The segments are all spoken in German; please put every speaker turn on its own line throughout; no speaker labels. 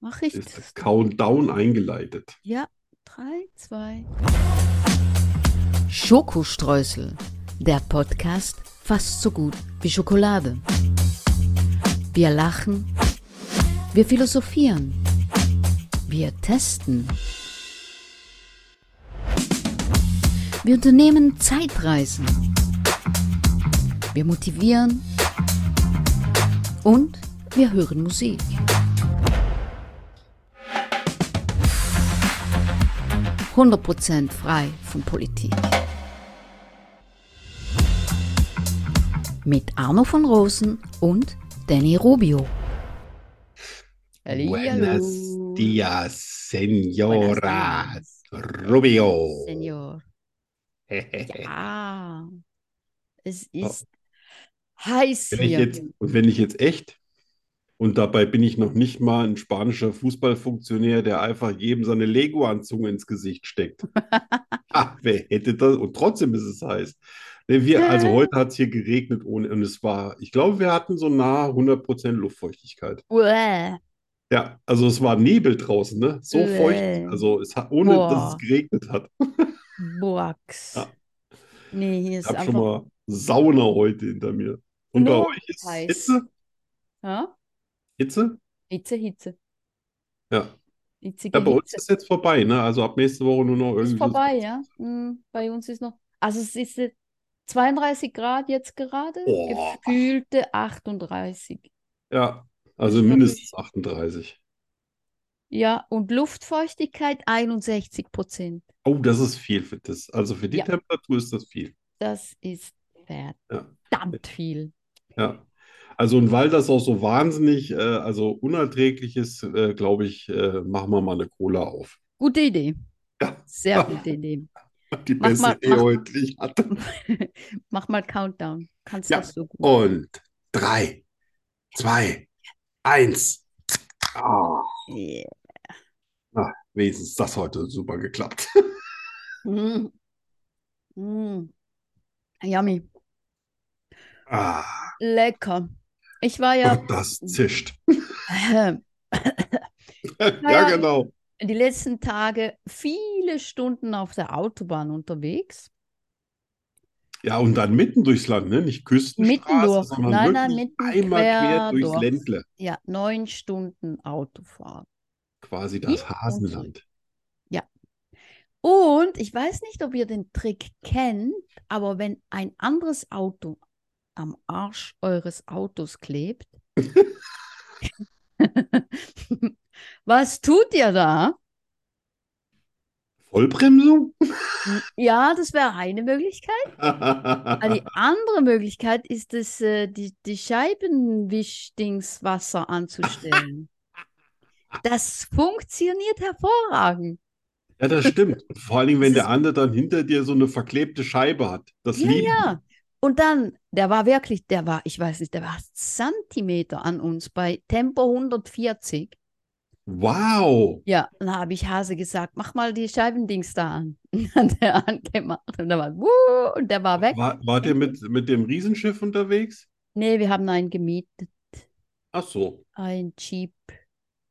Mach ich
Ist der
das doch.
Countdown eingeleitet.
Ja, drei, zwei.
Schokostreusel, der Podcast fast so gut wie Schokolade. Wir lachen, wir philosophieren, wir testen. Wir unternehmen Zeitreisen. Wir motivieren und wir hören Musik. Prozent frei von Politik. Mit Arno von Rosen und Danny Rubio.
Buenos
Hallihallo.
dias,
Buenos
Senora
dias,
Rubio.
Senor. Ja, es
Oh.
ist heiß
Wenn ich
hier.
jetzt, und wenn ich jetzt echt, und dabei bin ich noch nicht mal ein spanischer Fußballfunktionär, der einfach jedem seine Leguanzunge ins Gesicht steckt. Ach, wer hätte das? Und trotzdem ist es heiß. Nee, wir, also heute hat es hier geregnet ohne, und es war, ich glaube, wir hatten so nahe 100% Luftfeuchtigkeit.
Uäh.
Ja, also es war Nebel draußen, ne? So
Bäh.
feucht, also es hat, ohne dass
Boah.
es geregnet hat.
Boax.
Ja.
Nee, hier
Ich
ist
habe schon
einfach.
mal Sauna heute hinter mir. Und bei
Nur
euch ist
heiß.
Hitze?
Ja?
Hitze?
Hitze, Hitze.
Ja.
Hitzige
Ja, bei uns
Hitze.
ist jetzt vorbei, ne? Also ab nächste Woche nur noch
Ist
irgendwie so
vorbei, ja? Hm, bei uns ist noch. Also, es ist jetzt 32 Grad jetzt gerade,
Boah.
gefühlte 38.
Ja, also
Ist
mindestens 38.
Ja, und Luftfeuchtigkeit 61 Prozent.
Oh, das ist viel für das. Also für die
Ja.
Temperatur ist das viel.
Das ist verdammt viel.
Ja. Also und weil das auch so wahnsinnig, äh, also unerträglich ist, äh, glaube ich, äh, machen wir mal eine Cola auf.
Gute Idee.
Ja.
Sehr gute Idee.
Die
Mach
beste
mal-
Idee
mach-
heute, die ich hatte.
Mach mal Countdown. Kannst
Ja.
das so gut.
Und drei, zwei, eins. Ah,
Yeah.
wenigstens das heute super geklappt.
Mm. Mm. Yummy.
Ah,
Lecker. Ich war ja,
das zischt.
ja.
Ja, genau.
die letzten Tage viele Stunden auf der Autobahn unterwegs.
Ja, und dann mitten durchs Land, ne? Nicht Küstenstraße,
Mitten durch.
sondern
Nein, nein,
wirklich
mitten
einmal
quer
durchs
durch.
Ländle.
Ja, neun Stunden Autofahren.
Quasi das
Hin und
Hasenland.
Und ich weiß nicht, ob ihr den Trick kennt, aber wenn ein anderes Auto am Arsch eures Autos klebt, was tut ihr da?
Vollbremsung?
Ja, das wäre eine Möglichkeit. Aber die andere Möglichkeit ist es, äh, die, die Scheibenwischdingswasser anzustellen. Das funktioniert hervorragend.
Ja, das stimmt. Und Vor allen Dingen, wenn
Das
der andere dann hinter dir so eine verklebte Scheibe hat. Das
Ja,
lieben
ja. Und dann, der war wirklich, der war, ich weiß nicht, der war Zentimeter an uns bei Tempo 140.
die. Wow.
Ja, dann habe ich Hase gesagt, mach mal die Scheibendings da an. Und dann hat er angemacht und, dann war, wuh, und der war weg.
War, wart ihr mit, mit dem Riesenschiff unterwegs?
Nee, wir haben einen gemietet,
Ach so.
ein Jeep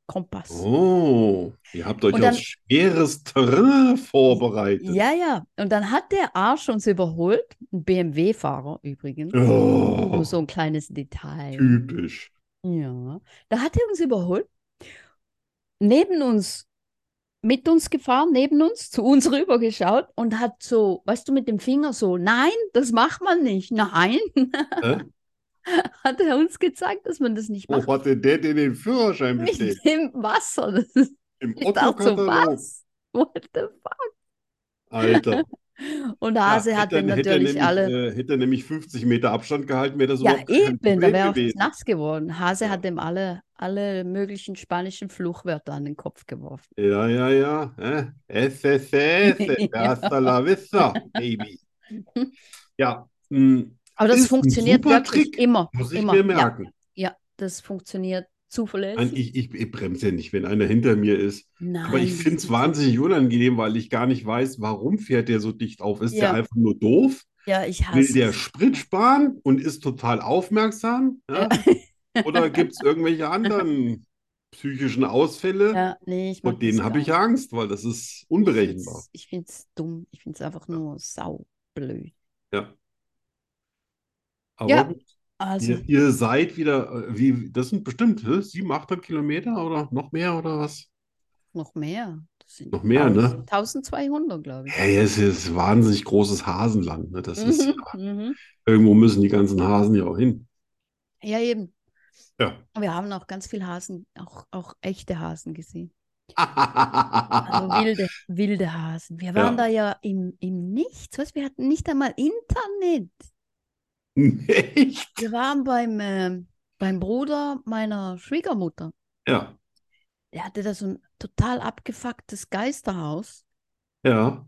Kompass.
Oh, ihr habt euch
Und dann-
auf schweres Terrain vorbereitet.
Ja, ja. Und dann hat der Arsch uns überholt, ein BMW-Fahrer übrigens.
Oh,
Nur so ein kleines Detail.
typisch.
Ja, da hat er uns überholt, neben uns, mit uns gefahren, neben uns, zu uns rübergeschaut und hat so, weißt du, mit dem Finger so, nein, das macht man nicht, nein,
Hä? Oh,
hat er uns gezeigt, dass man das nicht
Wo
macht.
hat denn der denn den Führerschein
Mit
bestellt?
dem Wasser, das ist,
Im
ich dachte so,
Otto-Katalog.
was? What the fuck?
Alter.
Und Hase
Ja,
hat
hätte
den
er- hätte er
natürlich
nämlich,
alle,
äh, hätte er nämlich 50 Meter Abstand gehalten, wäre das
ja
überhaupt kein
eben, da
Problem
wäre auch nichts
gewesen.
nass geworden. Hase
Ja.
hat dem alle, alle möglichen spanischen Fluchwörter an den Kopf geworfen.
Ja, ja, ja. Äh, esse, esse, esse.
Ja.
Hasta la vista, baby. Ja, mh,
Aber das
Ist ein
funktioniert
super
wirklich
Trick.
immer,
muss ich
immer.
mir
Ja,
merken.
ja, das funktioniert
Nein,
zuverlässig.
ich, ich, ich bremse ja nicht, wenn einer hinter mir ist. Aber ich
Nein, das
finde es
funktioniert-
wahnsinnig unangenehm, weil ich gar nicht weiß, warum fährt der so dicht auf. Ist der
Ja.
einfach nur doof?
Ja, ich
Will
hasse
der
es.
Sprit sparen und ist total aufmerksam? Ja? Oder gibt es irgendwelche anderen psychischen Ausfälle.
Ja, nee, ich mag
Und denen
das
habe ich
gar
ja Angst, weil das ist
nicht. Ich
unberechenbar.
find's- Ich finde es dumm. Ich finde es einfach nur saublöd.
Aber
Ja,
gut,
Also,
ihr, ihr seid wieder, äh, wie, das sind bestimmt hä, 700, 800 Kilometer oder noch mehr oder was?
noch mehr. Das sind
Noch mehr, ne?
1000 1200, glaube ich.
Hey, es ist wahnsinnig großes Hasenland. Ne? Das ist,
Mhm, mhm.
irgendwo müssen die ganzen Hasen ja auch hin.
Ja, eben.
Ja.
Wir haben auch ganz viel Hasen, auch, auch echte Hasen gesehen. Also wilde, wilde Hasen. Wir waren da
Ah. Ja.
ja im, im Nichts. Was? Wir hatten nicht einmal Internet.
Echt?
Wir waren beim, ähm, beim Bruder meiner Schwiegermutter.
Ja,
Der hatte da so ein total abgefucktes Geisterhaus.
ja.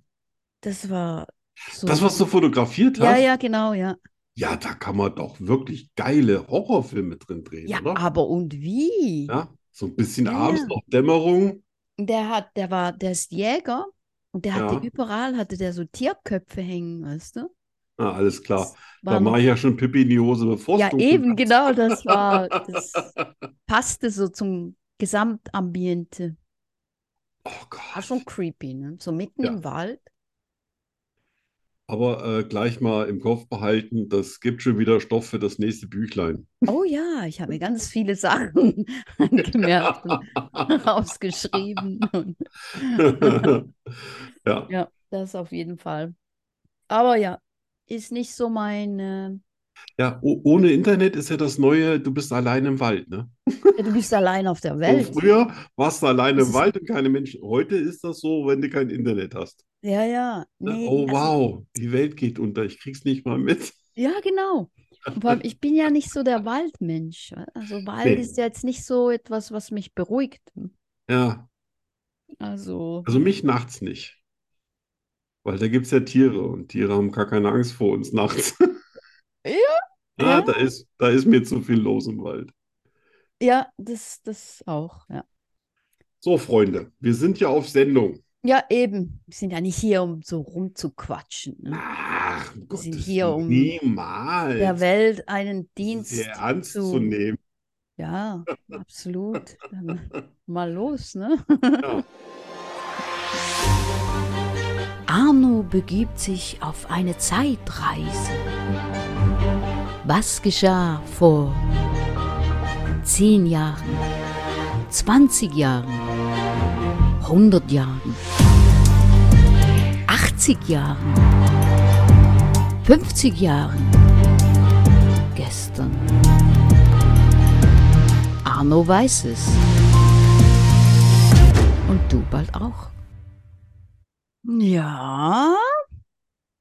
Das war so.
Das, was du fotografiert
ja,
hast,
ja, genau, ja.
ja, da kann man doch wirklich geile Horrorfilme drin drehen,
Ja,
oder?
aber und wie?
Ja, so ein bisschen
Ja,
abends
ja.
noch Dämmerung.
Der hat, der war, der ist Jäger und der hatte
Ja.
überall, hatte der so Tierköpfe hängen, weißt du?
Ah, alles klar.
War
Da
noch-
mache ich ja schon Pippi in die Hose, bevor es
ja,
dunkel
eben,
wird.
genau, das war, das passte so zum Gesamtambiente.
Oh
War
Gott.
schon creepy, ne? So mitten
Ja.
im Wald.
Aber äh, gleich mal im Kopf behalten, das gibt schon wieder Stoff für das nächste Büchlein.
Oh ja, ich habe mir ganz viele Sachen angemerkt und
Genau.
rausgeschrieben. Und
Ja,
ja, das auf jeden Fall. Aber ja, ist nicht so mein. Äh,
ja, o- ohne Internet ist ja das Neue, du bist allein im Wald, ne?
ja, du bist allein auf der
So
Welt.
Oh, früher warst du allein
Das
im
ist-
Wald und keine Menschen. Heute ist das so, wenn du kein Internet hast.
Ja, ja.
Ne?
Nee,
Oh,
also,
wow, die Welt geht unter, ich krieg's nicht mal mit.
ja, genau. Und vor allem, ich bin ja nicht so der Waldmensch. wa? Also Wald
Nee.
ist ja jetzt nicht so etwas, was mich beruhigt.
Ja,
Also,
also mich nachts nicht. Weil da gibt's ja Tiere und Tiere haben gar keine Angst vor uns nachts.
Ja,
Ah,
ja.
da ist, da ist mir zu viel los im Wald.
ja, das, das auch, ja.
So, Freunde, wir sind ja auf Sendung.
Ja, eben. Wir sind ja nicht hier, um so rumzuquatschen. Ne?
Ach, um
sind
Gottes
hier, um
niemals.
Der Welt einen
Das ist
Dienst
sehr ernst
zu.
zu nehmen.
Ja, absolut. Dann mal los, ne?
Ja.
Arno begibt sich auf eine Zeitreise. Was geschah vor 10 Jahren, 20 Jahren, 100 Jahren, 80 Jahren, 50 Jahren, gestern? Arno weiß es. Und du bald auch.
Ja.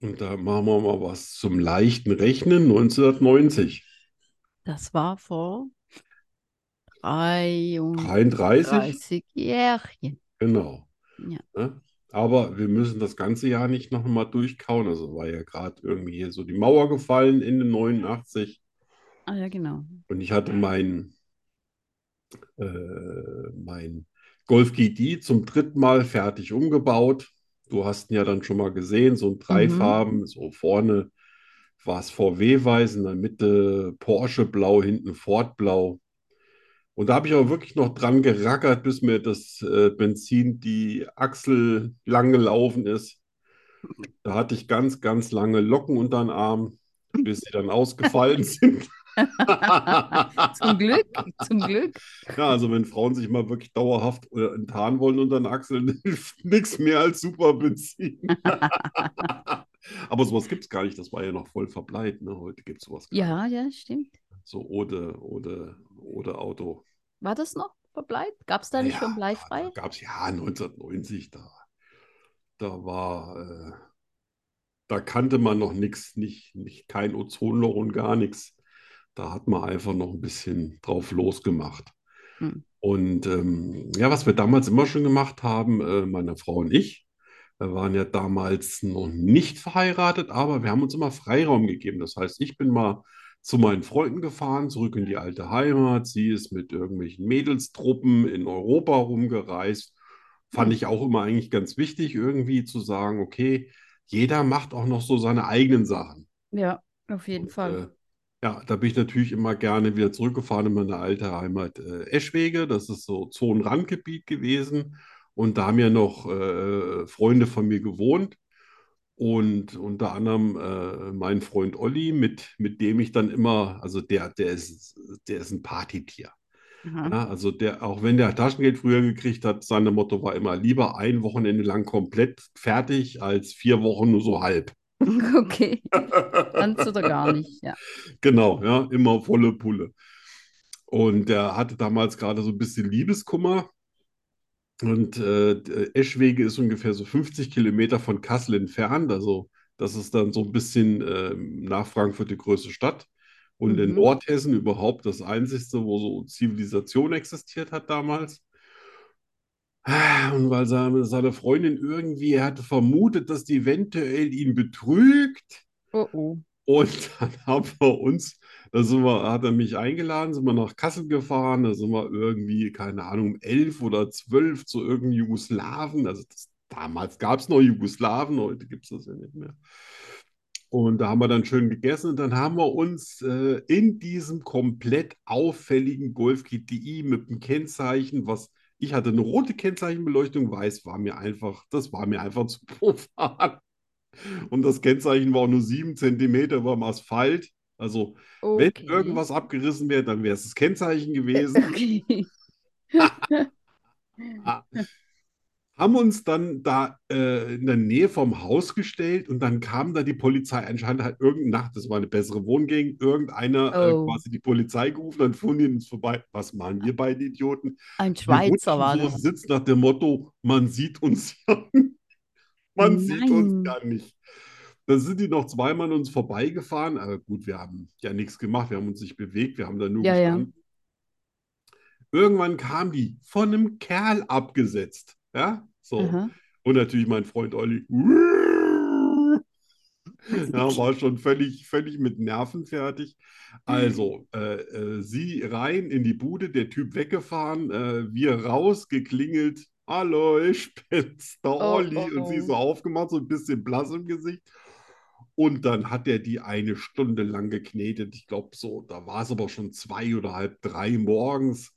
Und da machen wir mal was zum leichten Rechnen 1990.
Das war vor 33
33?
Jährchen.
Genau.
Ja.
Ne? Aber wir müssen das ganze Jahr nicht noch mal durchkauen. Also war ja gerade irgendwie hier so die Mauer gefallen Ende 89.
Ah, ja, genau.
Und ich hatte mein, äh, mein Golf GTI zum dritten Mal fertig umgebaut. Du hast ihn ja dann schon mal gesehen, so in drei
Mhm.
Farben. So vorne war es VW-weiß, in der Mitte Porsche-blau, hinten Ford-blau. Und da habe ich auch wirklich noch dran gerackert, bis mir das äh, Benzin die Achsel lang gelaufen ist. Da hatte ich ganz, ganz lange Locken unter den Arm, bis sie dann ausgefallen sind.
Zum Glück, zum Glück.
Ja, also wenn Frauen sich mal wirklich dauerhaft äh, enttarnen wollen unter den Achseln, hilft nichts mehr als Superbenzin. Aber sowas gibt es gar nicht, das war ja noch voll verbleit. Ne? Heute gibt es sowas gar
Ja, ja, stimmt.
nicht. So ohne, ohne, ohne Auto.
War das noch verbleit? Gab es da nicht schon bleifrei?
gab es ja 1990 da. Da war, äh, da kannte man noch nichts, nicht, nicht kein Ozonloch und gar nichts. Da hat man einfach noch ein bisschen drauf losgemacht.
Hm.
Und ähm, ja, was wir damals immer schon gemacht haben, äh, meine Frau und ich, wir waren ja damals noch nicht verheiratet, aber wir haben uns immer Freiraum gegeben. Das heißt, ich bin mal zu meinen Freunden gefahren, zurück in die alte Heimat. Sie ist mit irgendwelchen Mädelstruppen in Europa rumgereist. Fand ich auch immer eigentlich ganz wichtig, irgendwie zu sagen, okay, jeder macht auch noch so seine eigenen Sachen.
Ja, auf jeden
Und,
Fall.
äh, Ja, da bin ich natürlich immer gerne wieder zurückgefahren in meine alte Heimat äh, Eschwege. Das ist so Zonenrandgebiet gewesen. Und da haben ja noch äh, Freunde von mir gewohnt. Und unter anderem äh, mein Freund Olli, mit, mit dem ich dann immer, also der, der ist, der ist ein Partytier.
Aha.
Ja, also der, auch wenn der Taschengeld früher gekriegt hat, sein Motto war immer lieber ein Wochenende lang komplett fertig als vier Wochen nur so halb.
Okay, ganz oder gar nicht, ja.
Genau, ja, immer volle Pulle. Und der hatte damals gerade so ein bisschen Liebeskummer. Und äh, Eschwege ist ungefähr so 50 Kilometer von Kassel entfernt. Also, das ist dann so ein bisschen ähm, nach Frankfurt die größte Stadt. Und in
Mhm.
Nordhessen überhaupt das einzigste, wo so Zivilisation existiert hat damals. Ah, Und weil seine, seine Freundin irgendwie, er hatte vermutet, dass die eventuell ihn betrügt.
Oh oh.
Und dann haben wir uns, da sind wir, hat er mich eingeladen, sind wir nach Kassel gefahren, da sind wir irgendwie, keine Ahnung, um elf oder zwölf zu irgendeinem Jugoslawen. Also das, damals gab es noch Jugoslawen, heute gibt es das ja nicht mehr. Und da haben wir dann schön gegessen und dann haben wir uns äh, in diesem komplett auffälligen Golf GTI mit dem Kennzeichen, was ich hatte eine rote Kennzeichenbeleuchtung, weiß war mir einfach, das war mir einfach zu profan. Und das Kennzeichen war auch nur sieben Zentimeter über dem Asphalt. Also, wenn
Okay.
irgendwas abgerissen wäre, dann wäre es das Kennzeichen gewesen.
Okay.
Haben uns dann da äh, in der Nähe vom Haus gestellt und dann kam da die Polizei. Anscheinend hat irgendeine Nacht, das war eine bessere Wohngegend, irgendeiner äh,
Oh.
quasi die Polizei gerufen, dann fuhren die uns vorbei. Was machen wir beiden Idioten?
Ein
Wir
Schweizer
rutschen
war
so im
das.
Sitz nach dem Motto, man sieht uns ja Man sieht
Nein.
uns gar nicht. Dann sind die noch zweimal an uns vorbeigefahren. Aber gut, wir haben ja nichts gemacht. Wir haben uns nicht bewegt. Wir haben da nur
Ja, ja.
gestanden. Irgendwann kam die von einem Kerl abgesetzt. Ja, so.
Aha.
Und natürlich mein Freund Olli. Ja, war schon völlig, völlig mit Nerven fertig. Also, äh, äh, sie rein in die Bude, der Typ weggefahren, äh, wir raus, geklingelt. Hallo, ich bin's, der
Oh,
Olli.
oh,
Und sie
oh.
so aufgemacht, so ein bisschen blass im Gesicht. Und dann hat er die eine Stunde lang geknetet. Ich glaube, so, da war es aber schon zwei oder halb drei morgens.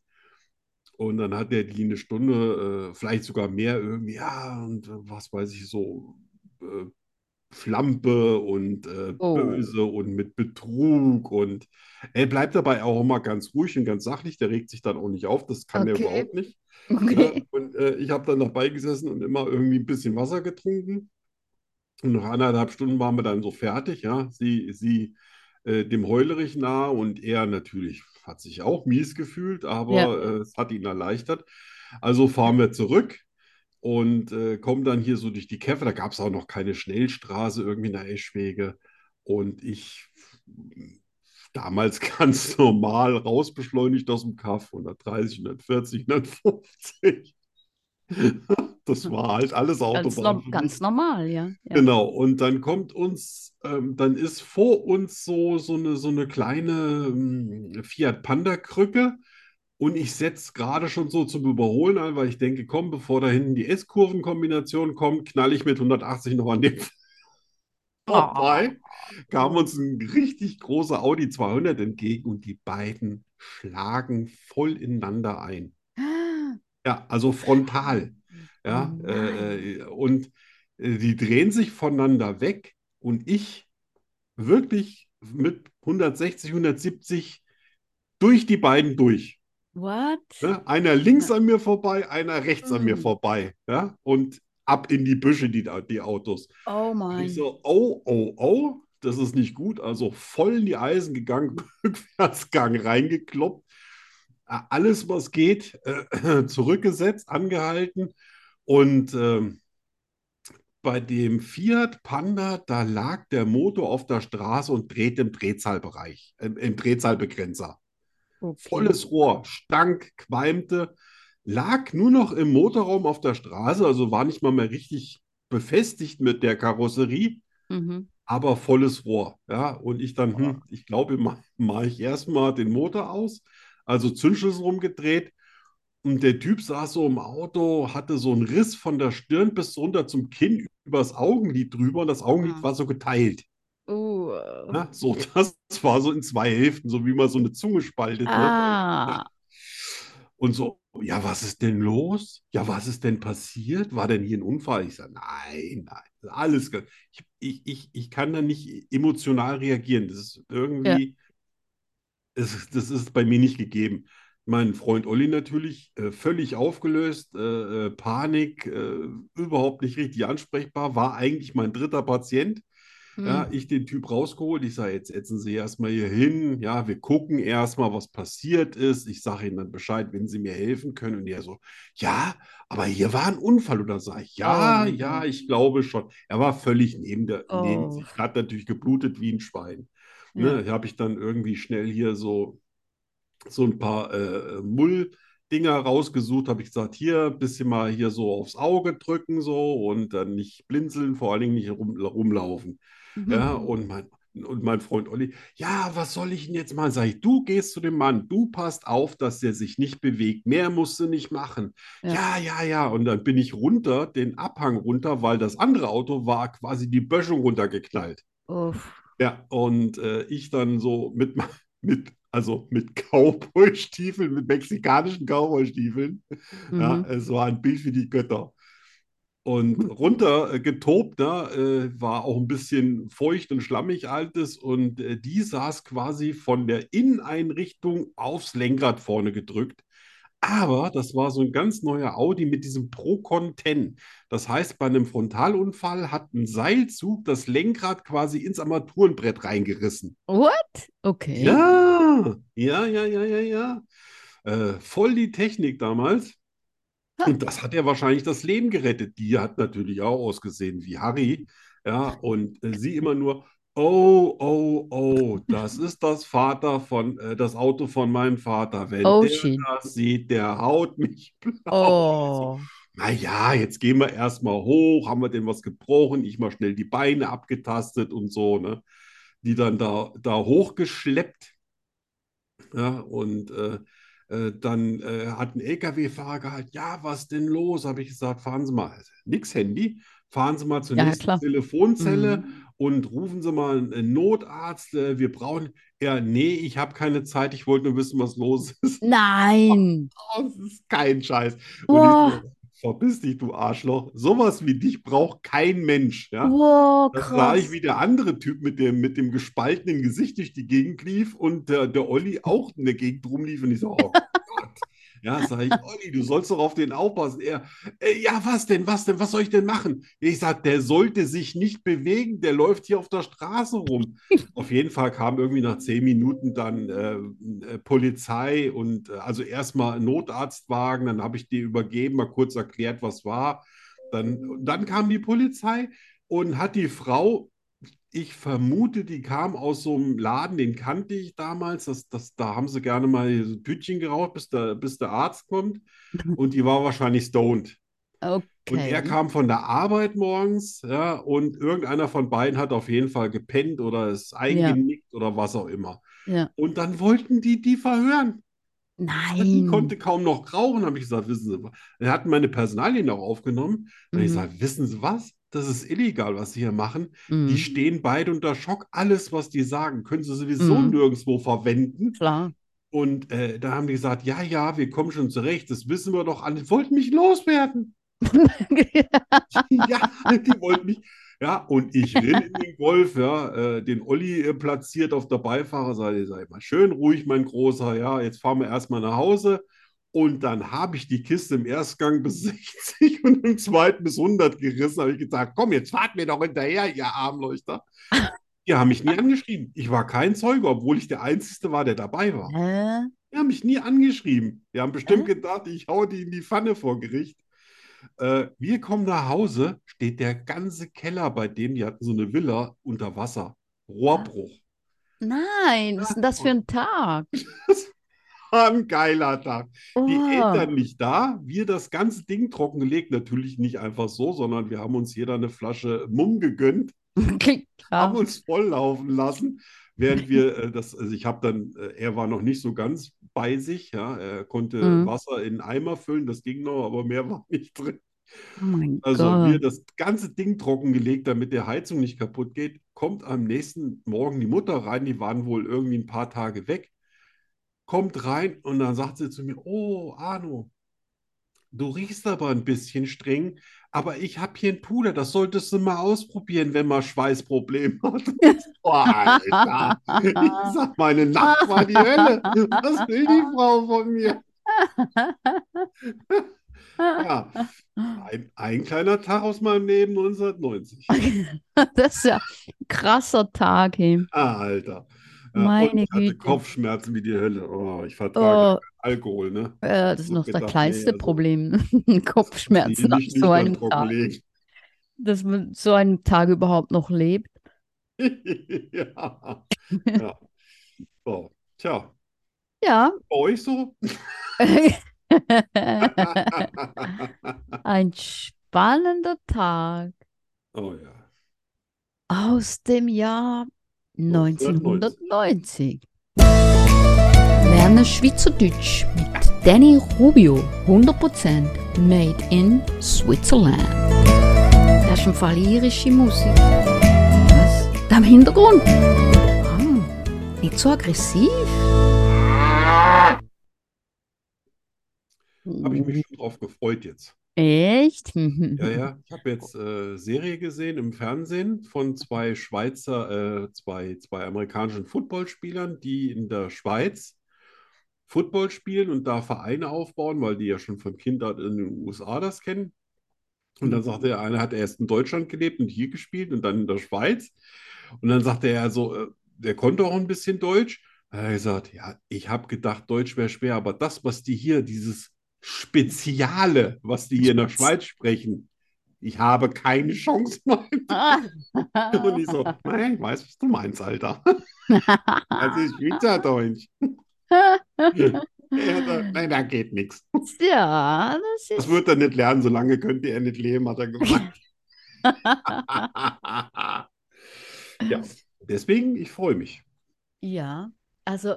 Und dann hat er die eine Stunde, äh, vielleicht sogar mehr irgendwie, ja, und äh, was weiß ich, so äh, Schlampe und äh,
Oh.
böse und mit Betrug und er bleibt dabei auch immer ganz ruhig und ganz sachlich, der regt sich dann auch nicht auf, das kann
Okay.
der überhaupt nicht. Ja,
Okay.
und äh, ich habe dann dabei gesessen und immer irgendwie ein bisschen Wasser getrunken. Und nach anderthalb Stunden waren wir dann so fertig, ja. Sie, sie äh, dem Heulerich nahe und er natürlich hat sich auch mies gefühlt, aber äh, es hat ihn erleichtert. Also fahren wir zurück und äh, kommen dann hier so durch die Käfer. Da gab es auch noch keine Schnellstraße irgendwie in der Eschwege. Und ich damals ganz normal rausbeschleunigt aus dem Kaff 130, 140, 150. Das war halt alles
Ganz,
Autobahn.
no
für mich.
ganz normal, ja. ja.
Genau, und dann kommt uns, ähm, dann ist vor uns so, so eine, so eine kleine ähm, Fiat Panda-Krücke und ich setze gerade schon so zum Überholen an, weil ich denke, komm, bevor da hinten die S-Kurven-Kombination kommt, knall ich mit 180 noch an dem vorbei. Kam uns ein richtig großer Audi 200 entgegen und die beiden schlagen voll ineinander ein. Ja, also frontal. Ja,
Oh nein.
äh, äh, und äh, die drehen sich voneinander weg und ich wirklich mit 160, 170 durch die beiden durch.
What?
Ne? Einer links an mir vorbei, einer rechts an mir
Mhm.
vorbei. Ja? Und ab in die Büsche, die, da- die Autos.
Oh
Und ich
mein.
so, oh, oh, oh, das ist nicht gut. Also voll in die Eisen gegangen, Rückwärtsgang reingekloppt. Äh, Alles, was geht, äh, zurückgesetzt, angehalten. Und ähm, bei dem Fiat Panda, da lag der Motor auf der Straße und drehte im Drehzahlbereich, äh, im Drehzahlbegrenzer.
Okay.
Volles Rohr, stank, qualmte, lag nur noch im Motorraum auf der Straße, also war nicht mal mehr richtig befestigt mit der Karosserie
Mhm.
aber volles Rohr. Ja, und ich dann, hm, ich glaube, mache mach ich erstmal den Motor aus, also Zündschlüssel rumgedreht. Und der Typ saß so im Auto, hatte so einen Riss von der Stirn bis runter zum Kinn übers Augenlid drüber und das Augenlid
Mhm.
war so geteilt.
Uh.
Ne? So, das war so in zwei Hälften, so wie man so eine Zunge spaltet. Ne?
Ah.
Und so, ja, was ist denn los? Ja, was ist denn passiert? War denn hier ein Unfall? Ich sage, nein, nein, alles. ge- Ich, ich, ich, ich kann da nicht emotional reagieren. Das ist irgendwie, es ist- das ist bei mir nicht gegeben. Mein Freund Olli natürlich äh, völlig aufgelöst, äh, äh, Panik, äh, überhaupt nicht richtig ansprechbar, war eigentlich mein dritter Patient. Ja, ich den Typ rausgeholt. Ich sage, jetzt ätzen Sie erstmal hier hin. Ja, wir gucken erstmal, was passiert ist. Ich sage Ihnen dann Bescheid, wenn Sie mir helfen können. Und er so, ja, aber hier war ein Unfall. Und dann sage ich, ja,
Oh.
ja, ich glaube schon. Er war völlig neben, der, neben
Oh.
sich, hat natürlich geblutet wie ein Schwein.
Ja.
Ne, habe ich dann irgendwie schnell hier so, so ein paar äh, Mulldinger rausgesucht, habe ich gesagt, hier ein bisschen mal hier so aufs Auge drücken so und dann nicht blinzeln, vor allen Dingen nicht rum, rumlaufen.
Mhm.
Ja, und mein, und mein Freund Olli, ja, was soll ich denn jetzt machen? Sag ich, du gehst zu dem Mann, du passt auf, dass der sich nicht bewegt. Mehr musst du nicht machen.
Ja.
Ja, ja, ja. Und dann bin ich runter, den Abhang runter, weil das andere Auto war quasi die Böschung runtergeknallt.
Uff.
Ja, und äh, ich dann so mit, me- mit, also mit Cowboy-Stiefeln, mit mexikanischen Cowboy-Stiefeln. Ja,
Mhm.
es war ein Bild für die Götter. Und runter äh, getobt, ne, äh, war auch ein bisschen feucht und schlammig altes. Und äh, die saß quasi von der Inneneinrichtung aufs Lenkrad vorne gedrückt. Aber das war so ein ganz neuer Audi mit diesem Procon 10. Das heißt, bei einem Frontalunfall hat ein Seilzug das Lenkrad quasi ins Armaturenbrett reingerissen.
What? Okay.
Ja, ja, ja, ja, ja, ja. Äh, voll die Technik damals.
Ha.
Und das hat ja wahrscheinlich das Leben gerettet. Die hat natürlich auch ausgesehen wie Harry. Ja, und äh, sie immer nur, oh, oh, oh, das ist das Vater von, äh, das Auto von meinem Vater. Wenn
Oh
der
shit.
das sieht, der haut mich blau.
Oh.
Naja, jetzt gehen wir erstmal hoch, haben wir denn was gebrochen? Ich mal schnell die Beine abgetastet und so, ne? Die dann da, da hochgeschleppt. Ja, und äh, äh, dann äh, hat ein LKW-Fahrer gehalten, ja, was denn los? Habe ich gesagt, fahren Sie mal, also nix Handy, fahren Sie mal zur
Ja,
nächsten
klar. Mhm.
Telefonzelle und rufen Sie mal einen Notarzt. Äh, wir brauchen, ja, nee, ich habe keine Zeit, ich wollte nur wissen, was los ist.
Nein.
Oh, Das ist kein Scheiß. Und ich
Wow.
so, verpiss dich, du Arschloch. Sowas wie dich braucht kein Mensch, ja.
Wow,
Da sah ich,
Oh, krass.
wie der andere Typ mit dem, mit dem gespaltenen Gesicht durch die Gegend lief und der, der Olli auch in der Gegend rumlief und ich so, oh Gott. Ja, sag ich, Olli, du sollst doch auf den aufpassen. Er, äh, ja, was denn, was denn, was soll ich denn machen? Ich sag, der sollte sich nicht bewegen, der läuft hier auf der Straße rum. Auf jeden Fall kam irgendwie nach zehn Minuten dann äh, äh, Polizei und äh, also erstmal ein Notarztwagen, dann habe ich die übergeben, mal kurz erklärt, was war. Dann, dann kam die Polizei und hat die Frau, ich vermute, die kam aus so einem Laden, den kannte ich damals, das, das, da haben sie gerne mal so ein Tütchen geraucht, bis der, bis der Arzt kommt. Und die war wahrscheinlich stoned. Und er
Okay.
kam von der Arbeit morgens, ja, und irgendeiner von beiden hat auf jeden Fall gepennt oder ist eingenickt oder was auch immer.
Ja.
Und dann wollten die die verhören. Die
Nein.
konnte kaum noch rauchen, habe ich gesagt, wissen Sie was? Dann hatten meine Personalien auch aufgenommen. Dann habe ich
Mhm.
gesagt, wissen Sie was? Das ist illegal, was Sie hier machen.
Mm.
Die
Mhm.
stehen beide unter Schock. Alles, was die sagen, können Sie sowieso
Mhm.
nirgendwo verwenden.
Klar.
Und äh, da haben die gesagt, ja, ja, wir kommen schon zurecht. Das wissen wir doch alle. Die wollten mich loswerden. Ja, die wollten mich. Ja, und ich renn in den Golf, ja, äh, den Olli äh, platziert auf der Beifahrerseite. Sag ich mal, schön ruhig, mein Großer, ja, jetzt fahren wir erstmal nach Hause. Und dann habe ich die Kiste im Erstgang bis 60 und im zweiten bis 100 gerissen. Habe ich gesagt, komm, jetzt fahrt mir doch hinterher, ihr Armleuchter. Die haben mich nie angeschrieben. Ich war kein Zeuge, obwohl ich der Einzige war, der dabei war.
Hä?
Die haben mich nie angeschrieben. Die haben bestimmt
Äh?
gedacht, ich hau die in die Pfanne vor Gericht. Äh, wir kommen nach Hause, steht der ganze Keller bei denen, die hatten so eine Villa unter Wasser. Rohrbruch.
Nein. Was ist denn das für ein Tag?
War Ein geiler Tag. Die
Oh.
Eltern nicht da, wir das ganze Ding trockengelegt. Natürlich nicht einfach so, sondern wir haben uns jeder eine Flasche Mumm gegönnt. haben
Klar.
uns volllaufen lassen, während wir äh, das, also ich habe dann, äh, er war noch nicht so ganz bei sich, ja, er konnte
Mhm.
Wasser in einen Eimer füllen, das ging noch, aber mehr war nicht drin.
Oh mein
Also
Gott.
wir das ganze Ding trockengelegt, damit der Heizung nicht kaputt geht. Kommt am nächsten Morgen die Mutter rein, die waren wohl irgendwie ein paar Tage weg. Kommt rein und dann sagt sie zu mir, oh Arno, du riechst aber ein bisschen streng, aber ich habe hier ein Puder, das solltest du mal ausprobieren, wenn man Schweißprobleme hat. Oh, Alter, ich sag, meine Nacht war die Hölle. Was will die Frau von mir? Ja, ein, ein kleiner Tag aus meinem Leben 1990.
Das ist ja ein krasser Tag, hey.
Ah, Alter. Ja, und
Meine
ich hatte
Güte.
Kopfschmerzen wie die Hölle. Oh, ich vertrage
Oh,
Alkohol, ne?
äh, das ist
hab
noch das
gedacht, nee,
kleinste
also-
Problem. Kopfschmerzen
Die
nach
mich nicht
so
mal
einem Tag.
trockenlegen.
Dass man so einem Tag überhaupt noch lebt.
Ja. Ja. So. Tja,
Ja.
bei euch so?
Ein spannender Tag
Oh ja.
aus dem Jahr 1990.
Lerne Schweizerdeutsch mit Danny Rubio. 100% made in Switzerland. Das ist im Fall irische Musik. Was? Da im Hintergrund? Ah, nicht so aggressiv.
Habe ich mich schon drauf gefreut jetzt.
Hm, Echt? Hm,
Ja, ja. Ich habe jetzt äh, Serie gesehen im Fernsehen von zwei Schweizer, äh, zwei, zwei amerikanischen Footballspielern, die in der Schweiz Football spielen und da Vereine aufbauen, weil die ja schon von Kindheit in den USA das kennen. Und dann sagte der eine, hat erst in Deutschland gelebt und hier gespielt und dann in der Schweiz. Und dann sagte er so, äh, der konnte auch ein bisschen Deutsch. Er hat gesagt, ja, ich habe gedacht, Deutsch wäre schwer, aber das, was die hier, dieses Speziale, was die hier in der Schweiz sprechen, ich habe keine Chance mehr. Und ich so, nein, ich weiß, was du meinst, Alter. Das ist Schweizerdeutsch. Er so, nein, da geht nichts.
Ja, das
Das
ist.
wird er nicht lernen, solange könnt ihr nicht leben, hat er gesagt. ja, deswegen, ich freue mich.
Ja, also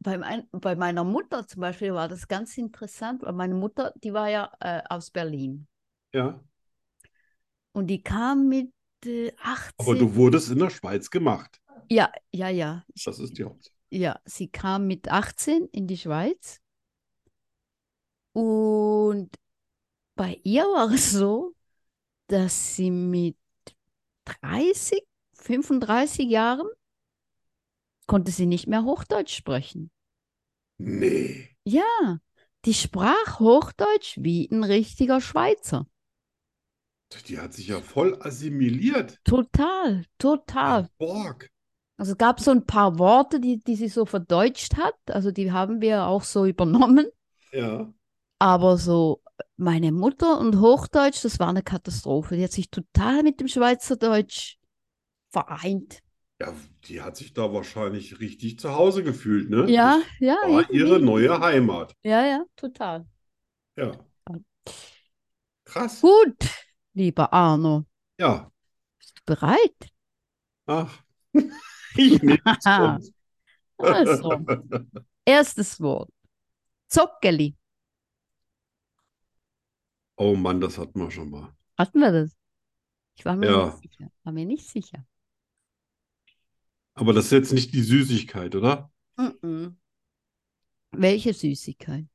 bei, mein, bei meiner Mutter zum Beispiel war das ganz interessant, weil meine Mutter, die war ja äh, aus Berlin
Ja.
und die kam mit äh,
Aber
18.
du wurdest in der Schweiz gemacht.
Ja, ja, ja. Ich,
Das ist die Hauptsache.
ja, sie kam mit 18 in die Schweiz und bei ihr war es so, dass sie mit 30, 35 Jahren konnte sie nicht mehr Hochdeutsch sprechen.
Nee.
Ja, die sprach Hochdeutsch wie ein richtiger Schweizer.
Die hat sich ja voll assimiliert.
Total, total.
Borg.
Also es gab so ein paar Worte, die, die sie so verdeutscht hat. Also die haben wir auch so übernommen.
Ja.
Aber so äh, meine Mutter und Hochdeutsch, das war eine Katastrophe. Die hat sich total mit dem Schweizerdeutsch vereint.
Ja, die hat sich da wahrscheinlich richtig zu Hause gefühlt, ne?
Ja, ja,
Das war ihre
irgendwie.
neue Heimat.
Ja, ja, total.
Ja. Krass.
Gut, lieber Arno,
Ja.
bist du bereit?
Ach. Ich nehme es
Haha.
uns.
Also, erstes Wort. Zockeli.
Oh Mann, das hatten wir schon mal.
Hatten wir das? Ich war mir
Ja.
nicht sicher. War mir nicht sicher.
Aber das ist jetzt nicht die Süßigkeit, oder?
Welche Süßigkeit?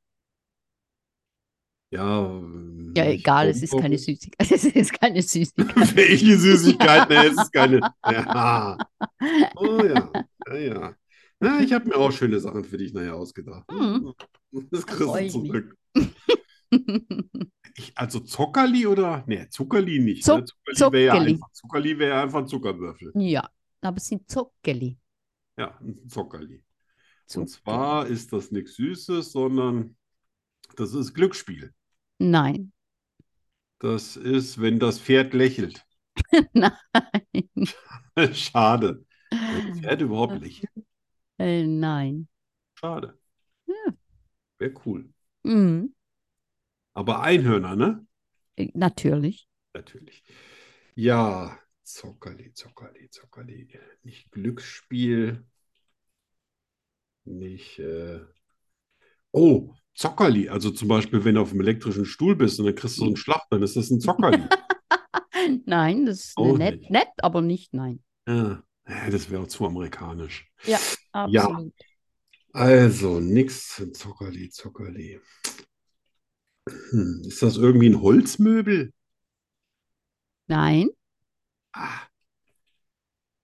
Ja. ähm,
Ja,
nicht
egal, es ist keine
Bonbons.
Süßigkeit. Es ist keine Süßigkeit.
Welche Süßigkeit? Nee, es ist keine. Ja. Oh ja. Ja, ja. Na, ich habe mir auch schöne Sachen für dich nachher ausgedacht. ne?
Mhm.
Das
Da
kriegst du
freu ich mich.
zurück. Ich, also Zuckerli oder? Nee, Zuckerli nicht.
Zuck-
Ne? Zuckerli wäre ja
Zuckerli.
einfach. Zuckerli wäre ja einfach ein Zuckerwürfel.
ja, aber es sind Zockeli.
Ja, ein Zuckerli.
Zuckerli.
Und zwar ist das nichts Süßes, sondern das ist Glücksspiel.
Nein.
Das ist, wenn das Pferd lächelt.
Nein.
Schade. Wenn das Pferd überhaupt lächelt.
Äh, nein.
Schade.
Ja.
Wäre cool.
Mhm.
Aber Einhörner, ne?
Äh, Natürlich.
Natürlich. Ja, Zockerli, Zockerli, Zockerli. Nicht Glücksspiel. Nicht. Äh... Oh, Zockerli. Also zum Beispiel, wenn du auf dem elektrischen Stuhl bist und dann kriegst du so einen Schlag, dann ist das ein Zockerli.
Nein, das ist
Auch
nett,
nicht.
nett, aber nicht nein.
ja. Ja, Das wäre auch zu amerikanisch. Ja.
Absolut.
Also, nix. Zockerli, Zockerli. Hm, ist das irgendwie ein Holzmöbel?
Nein,
Ah.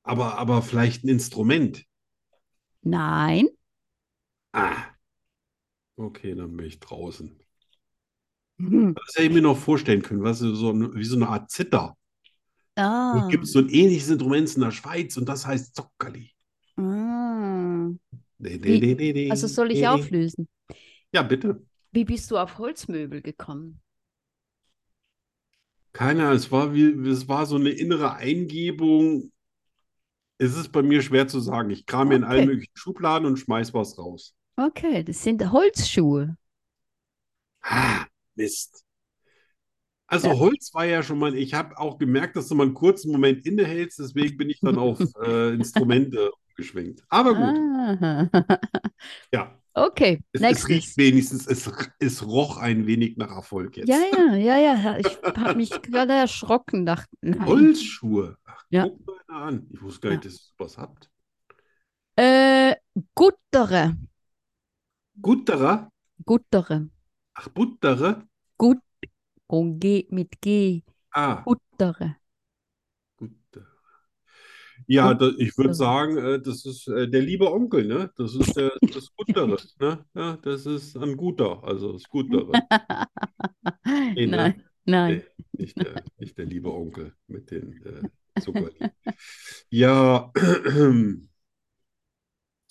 Aber, aber vielleicht ein Instrument.
nein,
Ah. Okay, dann bin ich draußen.
Hm.
Das hätte ich mir noch vorstellen können, was so so ein, wie so eine Art Zither.
Ah,
Hier gibt es so ein ähnliches Instrument in der Schweiz und das heißt Zockerli.
ah.
De, de, de, de, de,
Also soll ich
de.
auflösen?
Ja, bitte.
Wie bist du auf Holzmöbel gekommen?
Keiner, es war wie, es war so eine innere Eingebung. Es ist bei mir schwer zu sagen. Ich kram mir in allen
Okay.
möglichen Schubladen und schmeiß was raus.
Okay, das sind Holzschuhe.
Ah, Mist. Also
Ja.
Holz war ja schon mal, ich habe auch gemerkt, dass du mal einen kurzen Moment innehältst, deswegen bin ich dann auf äh, Instrumente geschwenkt. Aber gut,
Ah.
ja,
Okay,
es, es riecht
nächstes.
wenigstens, es, es roch ein wenig nach Erfolg jetzt.
Ja, ja, ja, ja. Ich habe mich gerade erschrocken, dachte, nein.
Holzschuhe. Ach,
Ja.
guck mal einer an. Ich wusste gar nicht, dass ihr sowas habt.
Äh, guttere,
Gutterer?
guttere,
Ach, Buttere?
gut, und G mit G,
Ah,
guttere.
Gutterer. Ja,
Gut-
da, ich würde
Gutterer.
sagen, äh, das ist äh, der liebe Onkel, ne? Das ist der, das Guttere, ne? Ja, das ist ein Guter, also das Gutere. Nee, ne?
Nein, nein.
Nicht der, nicht der liebe Onkel mit den äh, Zuckerli. Ja,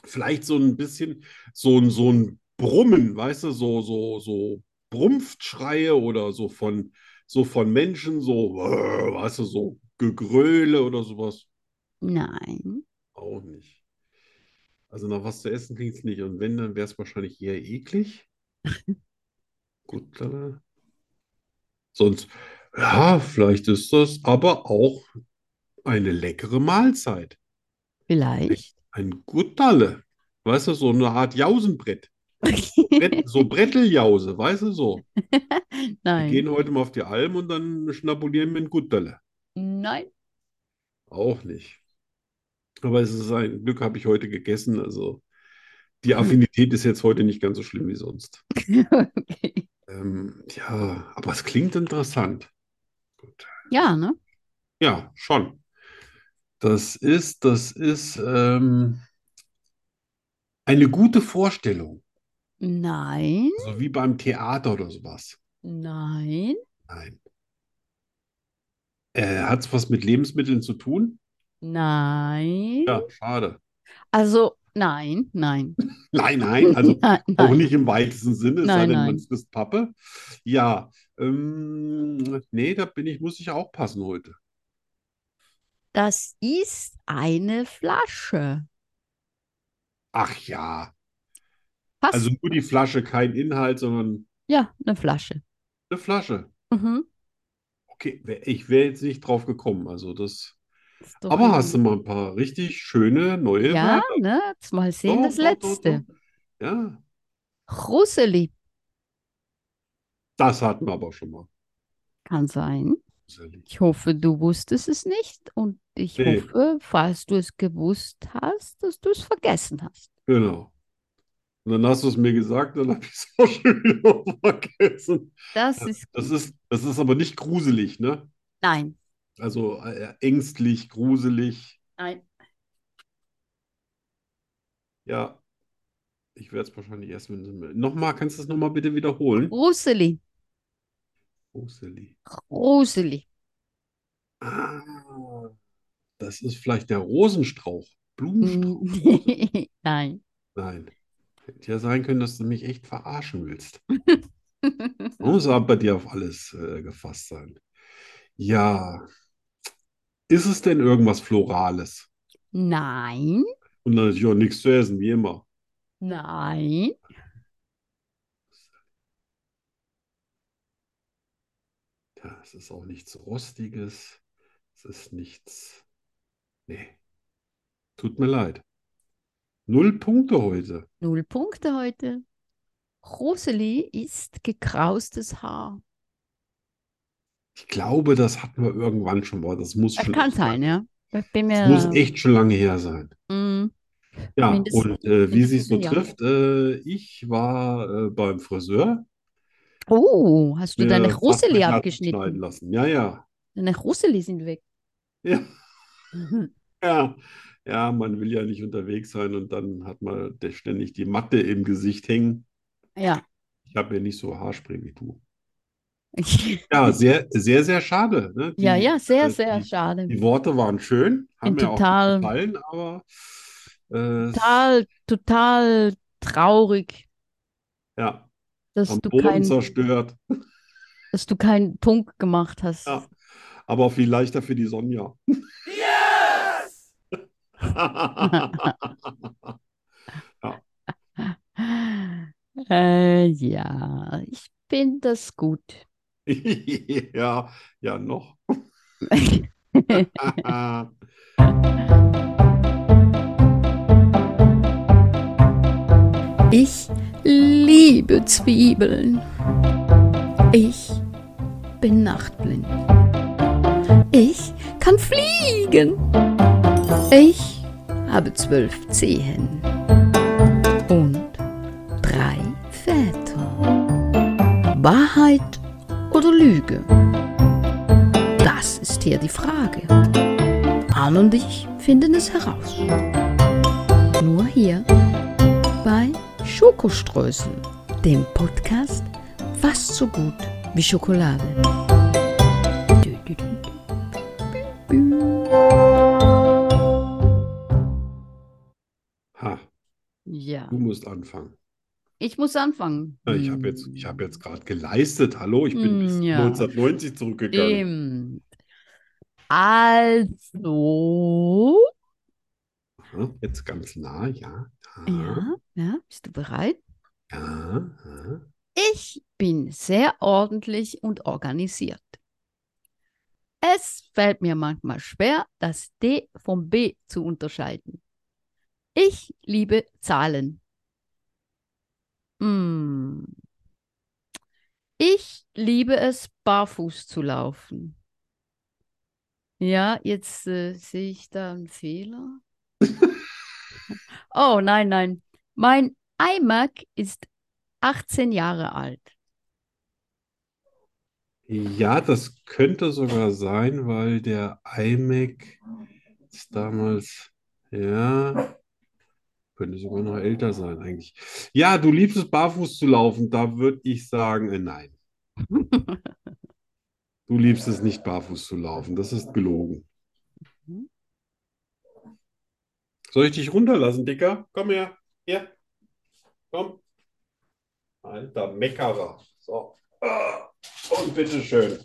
vielleicht so ein bisschen so ein, so ein Brummen, weißt du, so, so, so Brumpftschreie oder so von, so von Menschen, so, äh, weißt du, so Gegröle oder sowas.
Nein.
Auch nicht. Also nach was zu essen klingt es nicht. Und wenn, dann wäre es wahrscheinlich eher eklig. Gut, lala. Sonst, ja, vielleicht ist das aber auch eine leckere Mahlzeit.
Vielleicht.
Ein Gutterle. Weißt du, so eine Art Jausenbrett. Brett, so Bretteljause, weißt du so. Wir
Nein.
gehen heute mal auf die Alm und dann schnabulieren wir ein Gutterle.
Nein.
Auch nicht. Aber es ist ein Glück, habe ich heute gegessen. Also die Affinität ist jetzt heute nicht ganz so schlimm wie sonst.
Okay.
Ähm, ja, aber es klingt interessant. Gut.
Ja, ne?
Ja, schon. Das ist, das ist ähm, eine gute Vorstellung.
Nein.
So wie beim Theater oder sowas.
Nein.
Nein. Äh, hat es was mit Lebensmitteln zu tun?
Nein.
Ja, schade.
Also, nein, nein.
Nein, nein, also
Nein,
auch
nein.
nicht im weitesten Sinne, es sei
Nein,
denn,
nein.
man frisst Pappe. Ja, ähm, nee, da bin ich, muss ich auch passen heute.
Das ist eine Flasche.
Ach ja.
Passt.
Also nur die Flasche, kein Inhalt, sondern
ja, eine Flasche.
eine Flasche.
Mhm.
Okay, wär- ich wäre jetzt nicht drauf gekommen. Also das.
Ist doch
Aber hast du
irgendwie-
mal ein paar richtig schöne neue
Ja,
Wörter?
ne? Jetzt mal sehen,
Doch,
das
doch, doch,
letzte.
doch. Ja,
Russeli
das hatten wir aber schon mal.
kann sein.
Sicherlich.
Ich hoffe, du wusstest es nicht und ich
Nee.
hoffe, falls du es gewusst hast, dass du es vergessen hast.
Genau. Und dann hast du es mir gesagt, dann habe ich es auch schon wieder vergessen.
Das ist
Das
gut.
ist, das ist aber nicht gruselig, ne?
Nein,
Also äh, ängstlich, gruselig.
nein.
Ja, ich werde es wahrscheinlich erst mit. Nochmal, kannst du es nochmal bitte wiederholen?
Russeli
Oh, Silly.
Russeli
Ah, das ist vielleicht der Rosenstrauch,
Mhm.
Blumenstrauch.
Nein.
Nein. Hätte ja sein können, dass du mich echt verarschen willst. Man muss aber bei dir auf alles äh, gefasst sein. Ja. Ist es denn irgendwas Florales?
Nein,
Und dann natürlich auch nichts zu essen, wie immer.
nein.
Ja, es ist auch nichts Rostiges. Es ist nichts. Nee. Tut mir leid. Null Punkte heute.
Null Punkte heute. Rosalie ist gekraustes Haar.
Ich glaube, das hatten wir irgendwann schon mal. Das muss
Das
schon
Äh, kann
echt
sein,
lang-
ja. Ich bin mir.
Das muss echt schon lange her sein.
Mm,
Ja,
Mindestens-
und äh, wie sie es
mindestens
so
ein Jahr.
trifft, äh, ich war äh, beim Friseur.
Oh, hast du
mir
deine
fast
Rosalie
mein Herz
abgeschnitten?
Schneiden lassen. Ja, ja.
Deine Rosalie sind weg.
Ja,
Mhm.
ja. Ja, man will ja nicht unterwegs sein und dann hat man der ständig die Matte im Gesicht hängen.
Ja.
Ich habe ja nicht so Haarspray wie du. Ja, sehr, sehr, sehr schade. Ne? Die,
ja, ja, sehr,
äh,
sehr
die,
schade.
die Worte waren schön, haben
Bin
mir auch
total-
gut gefallen, aber äh,
Total, total traurig,
ja,
dass
am
du,
Boden
kein,
zerstört.
dass du keinen Punkt gemacht hast.
Ja, aber viel leichter für die Sonja. Yes!
Äh, ja, ich bin das gut.
Ja, ja, noch.
Ich liebe Zwiebeln. Ich bin nachtblind. Ich kann fliegen. Ich habe zwölf Zehen und drei Väter. Wahrheit oder Lüge? Das ist hier die Frage. Arne und ich finden es heraus. Nur hier bei Schokoströßen, dem Podcast fast so gut wie Schokolade. Dü, dü, dü.
Ha,
Ja,
du musst anfangen.
ich muss anfangen.
Ja, Ich habe jetzt, ich habe jetzt gerade geleistet. Hallo, ich bin
Hm,
bis
ja.
1990 zurückgegangen.
Hm, Stimmt. Also,
Aha, Hm? Jetzt ganz nah, ja. Ja,
ja, ja, bist du bereit?
ja, ja.
Ich bin sehr ordentlich und organisiert. Es fällt mir manchmal schwer, das D vom B zu unterscheiden. Ich liebe Zahlen. Hm. Ich liebe es, barfuß zu laufen. Ja, jetzt äh, sehe ich da einen Fehler. Oh, nein, nein. Mein iMac ist 18 Jahre alt.
Ja, das könnte sogar sein, weil der iMac ist damals, ja, könnte sogar noch älter sein eigentlich. Ja, du liebst es, barfuß zu laufen. Da würde ich sagen, äh, nein. Du liebst es nicht, barfuß zu laufen. Das ist gelogen.
Mhm.
Soll ich dich runterlassen, Dicker? Komm her. Hier. Komm. Alter Meckerer. So. Ah. Und bitteschön.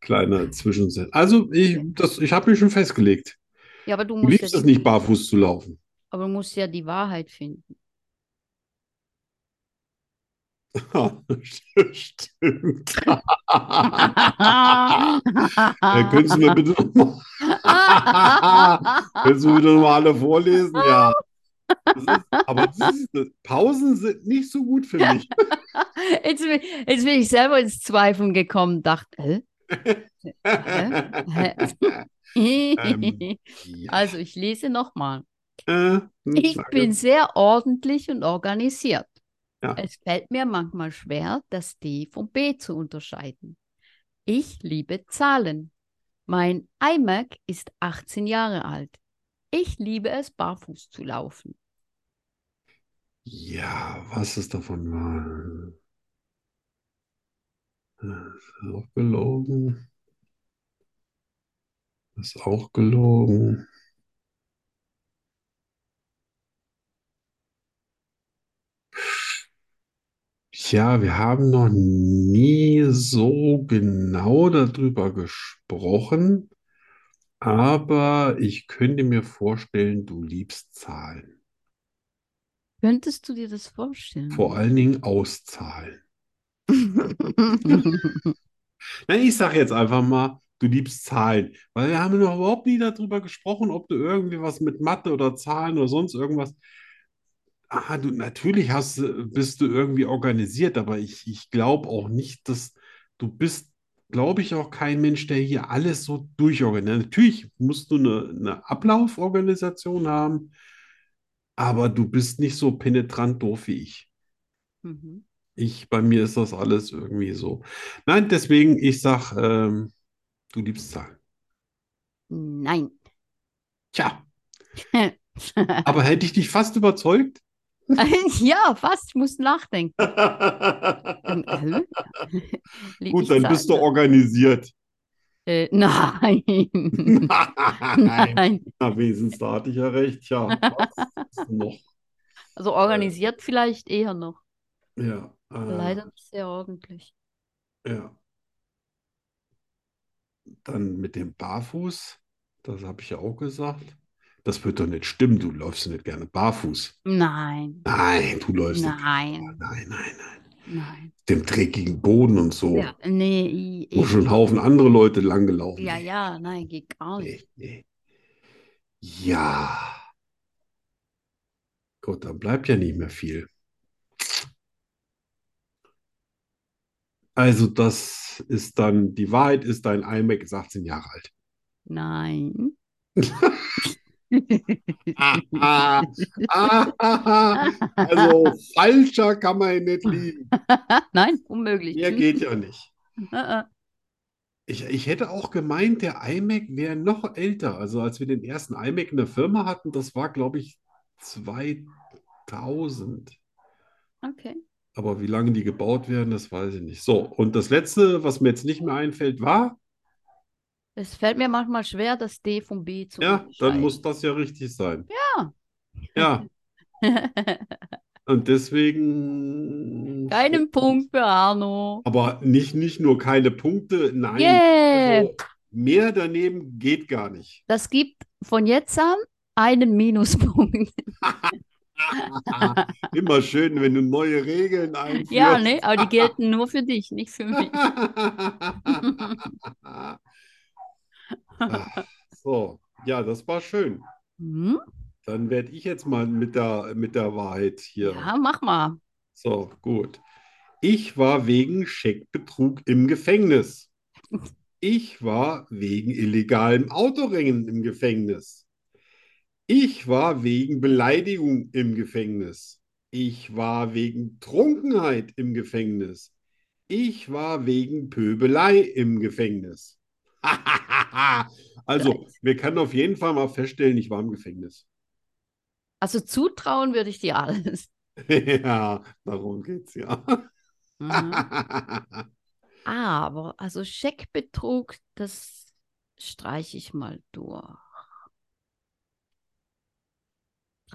Kleiner Zwischensetz. Also, ich, das- ich habe mich schon festgelegt.
Ja, aber du
Du
musst ja
liebst es
die,
nicht, barfuß zu laufen.
aber du musst ja die Wahrheit finden.
Stimmt. Ja, können Sie mir bitte nochmal Willst du wieder mal alle vorlesen? Ja. Das ist, aber das ist, das, Pausen sind nicht so gut für mich.
Jetzt bin, jetzt bin ich selber ins Zweifeln gekommen, dachte, hä? hä?
Ähm, Ja.
Also, ich lese nochmal.
Äh,
Ich
sage-
bin sehr ordentlich und organisiert.
Ja.
Es fällt mir manchmal schwer, das D vom B zu unterscheiden. Ich liebe Zahlen. Mein iMac ist 18 Jahre alt. Ich liebe es, barfuß zu laufen.
Ja, was es davon war. Das ist auch gelogen. Das ist auch gelogen. Ja, wir haben noch nie so genau darüber gesprochen, aber ich könnte mir vorstellen, du liebst Zahlen.
Könntest du dir das vorstellen?
Vor allen Dingen auszahlen. Nein, ich sage jetzt einfach mal, du liebst Zahlen, weil wir haben noch überhaupt nie darüber gesprochen, ob du irgendwie was mit Mathe oder Zahlen oder sonst irgendwas. Ah, du, natürlich hast, du- bist du irgendwie organisiert, aber ich, ich glaube auch nicht, dass du bist, glaube ich, auch kein Mensch, der hier alles so durchorganisiert. Natürlich musst du eine, eine Ablauforganisation haben, aber du bist nicht so penetrant doof wie ich.
Mhm.
Ich, bei mir ist das alles irgendwie so. Nein, deswegen, ich sag, ähm, du liebst Zahlen.
Nein.
Tja, aber hätte ich dich fast überzeugt?
ja, fast. Ich muss nachdenken. Äh,
Gut, dann bist du organisiert.
Äh, nein.
Nein.
nein.
Na, wenigstens, da hatte ich ja recht. Tja, was ist noch?
Also organisiert vielleicht eher noch.
Ja, äh,
Leider nicht sehr ordentlich.
ja. Dann mit dem Barfuß, das habe ich ja auch gesagt. Das wird doch nicht stimmen, du läufst nicht gerne barfuß.
Nein.
Nein, du läufst nicht.
Nein.
Nein, nein, nein.
Nein.
Dem dreckigen Boden und so,
Ja, nee, i-
wo
ich,
Oh. schon ein Haufen andere Leute langgelaufen
ja,
sind.
ja, nein, geht gar nicht.
Nee, nee. Ja. Gut, dann bleibt ja nicht mehr viel. Also, das ist dann, die Wahrheit ist, dein iMac ist 18 Jahre alt.
Nein.
Ah, ah, ah, ah, ah. also, falscher kann man nicht liegen.
Nein, unmöglich.
Mehr geht ja nicht.
Äh, äh.
Ich, ich hätte auch gemeint, der iMac wäre noch älter. Also, als wir den ersten iMac in der Firma hatten, das war, glaube ich, 2000.
Okay.
Aber wie lange die gebaut werden, das weiß ich nicht. So, und das Letzte, was mir jetzt nicht mehr einfällt, war,
Es fällt mir manchmal schwer, das D vom B zu
ja, dann
unterscheiden.
muss das ja richtig sein.
Ja.
Ja, und deswegen.
Keinen Punkt für Arno.
Aber nicht, nicht nur keine Punkte, nein.
Yeah.
Also, mehr daneben geht gar nicht.
Das gibt von jetzt an einen Minuspunkt.
Immer schön, wenn du neue Regeln einführst.
Ja, ne, aber die gelten nur für dich, nicht für mich.
Ah, So, ja, das war schön.
Hm?
Dann werde ich jetzt mal mit der, mit der Wahrheit hier.
Ja, mach mal.
So, gut. Ich war wegen Scheckbetrug im Gefängnis. Ich war wegen illegalem Autorennen im Gefängnis. Ich war wegen Beleidigung im Gefängnis. Ich war wegen Trunkenheit im Gefängnis. Ich war wegen Pöbelei im Gefängnis. Also, wir können auf jeden Fall mal feststellen, ich war im Gefängnis.
Also zutrauen würde ich dir alles.
Ja, darum geht's ja.
Mhm. Ah, aber also Scheckbetrug, das streiche ich mal durch.
Ja, Ich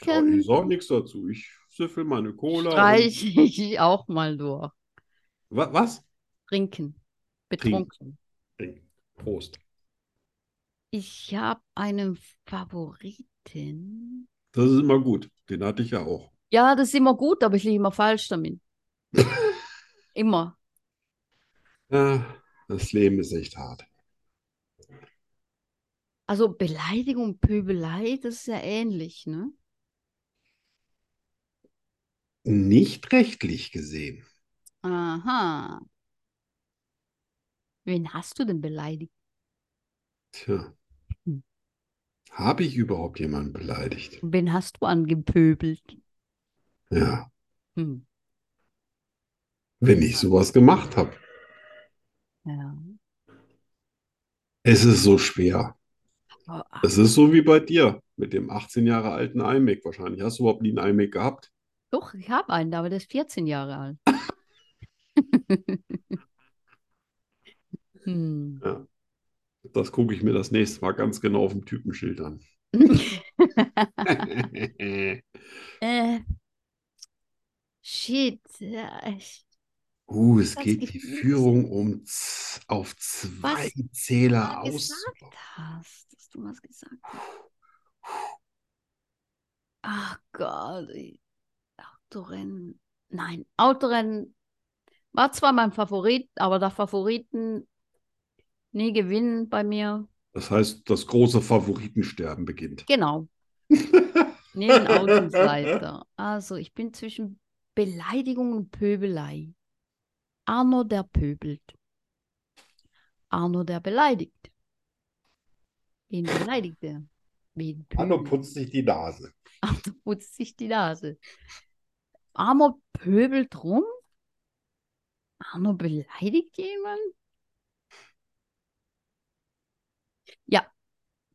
Trinken
sage nichts dazu. Ich süffel meine Cola. und-
streiche ich auch mal durch.
Wa was?
Trinken.
Trinken.
Betrunken.
Prost.
Ich habe einen Favoriten.
Das ist immer gut. Den hatte ich ja auch.
Ja, das ist immer gut, aber ich liege immer falsch damit. Immer.
Ah, Das Leben ist echt hart.
Also Beleidigung, Pöbelei, das ist ja ähnlich, ne?
Nicht rechtlich gesehen.
Aha. Wen hast du denn beleidigt?
Tja.
Hm.
Habe ich überhaupt jemanden beleidigt?
Wen hast du angepöbelt?
Ja,
Hm.
wenn ich sowas gemacht habe.
Ja.
Es ist so schwer.
Aber,
Es ist so wie bei dir mit dem 18 Jahre alten iMac. Wahrscheinlich hast du überhaupt nie einen iMac gehabt.
doch, ich habe einen, aber der ist 14 Jahre alt. hm.
Das gucke ich mir das nächste Mal ganz genau auf dem Typenschild an.
äh. Shit. Ja, ich-
Uh, es
Das
geht die
Gefühl, dass-
Führung um z- auf zwei Zähler
mal
aus.
gesagt hast, dass du was gesagt hast. Ach Gott, ey. Autorennen. Nein, Autorennen war zwar mein Favorit, aber da Favoriten nie gewinnen bei mir.
Das heißt, das große Favoritensterben beginnt.
Genau. neben Außenseiter. Also, ich bin zwischen Beleidigung und Pöbelei. Arno, der pöbelt. Arno, der beleidigt. Wen beleidigt er? Wen
Anno
pöbelt?
putzt sich die Nase.
Arno putzt sich die Nase. Arno pöbelt rum? Arno beleidigt jemand? Ja,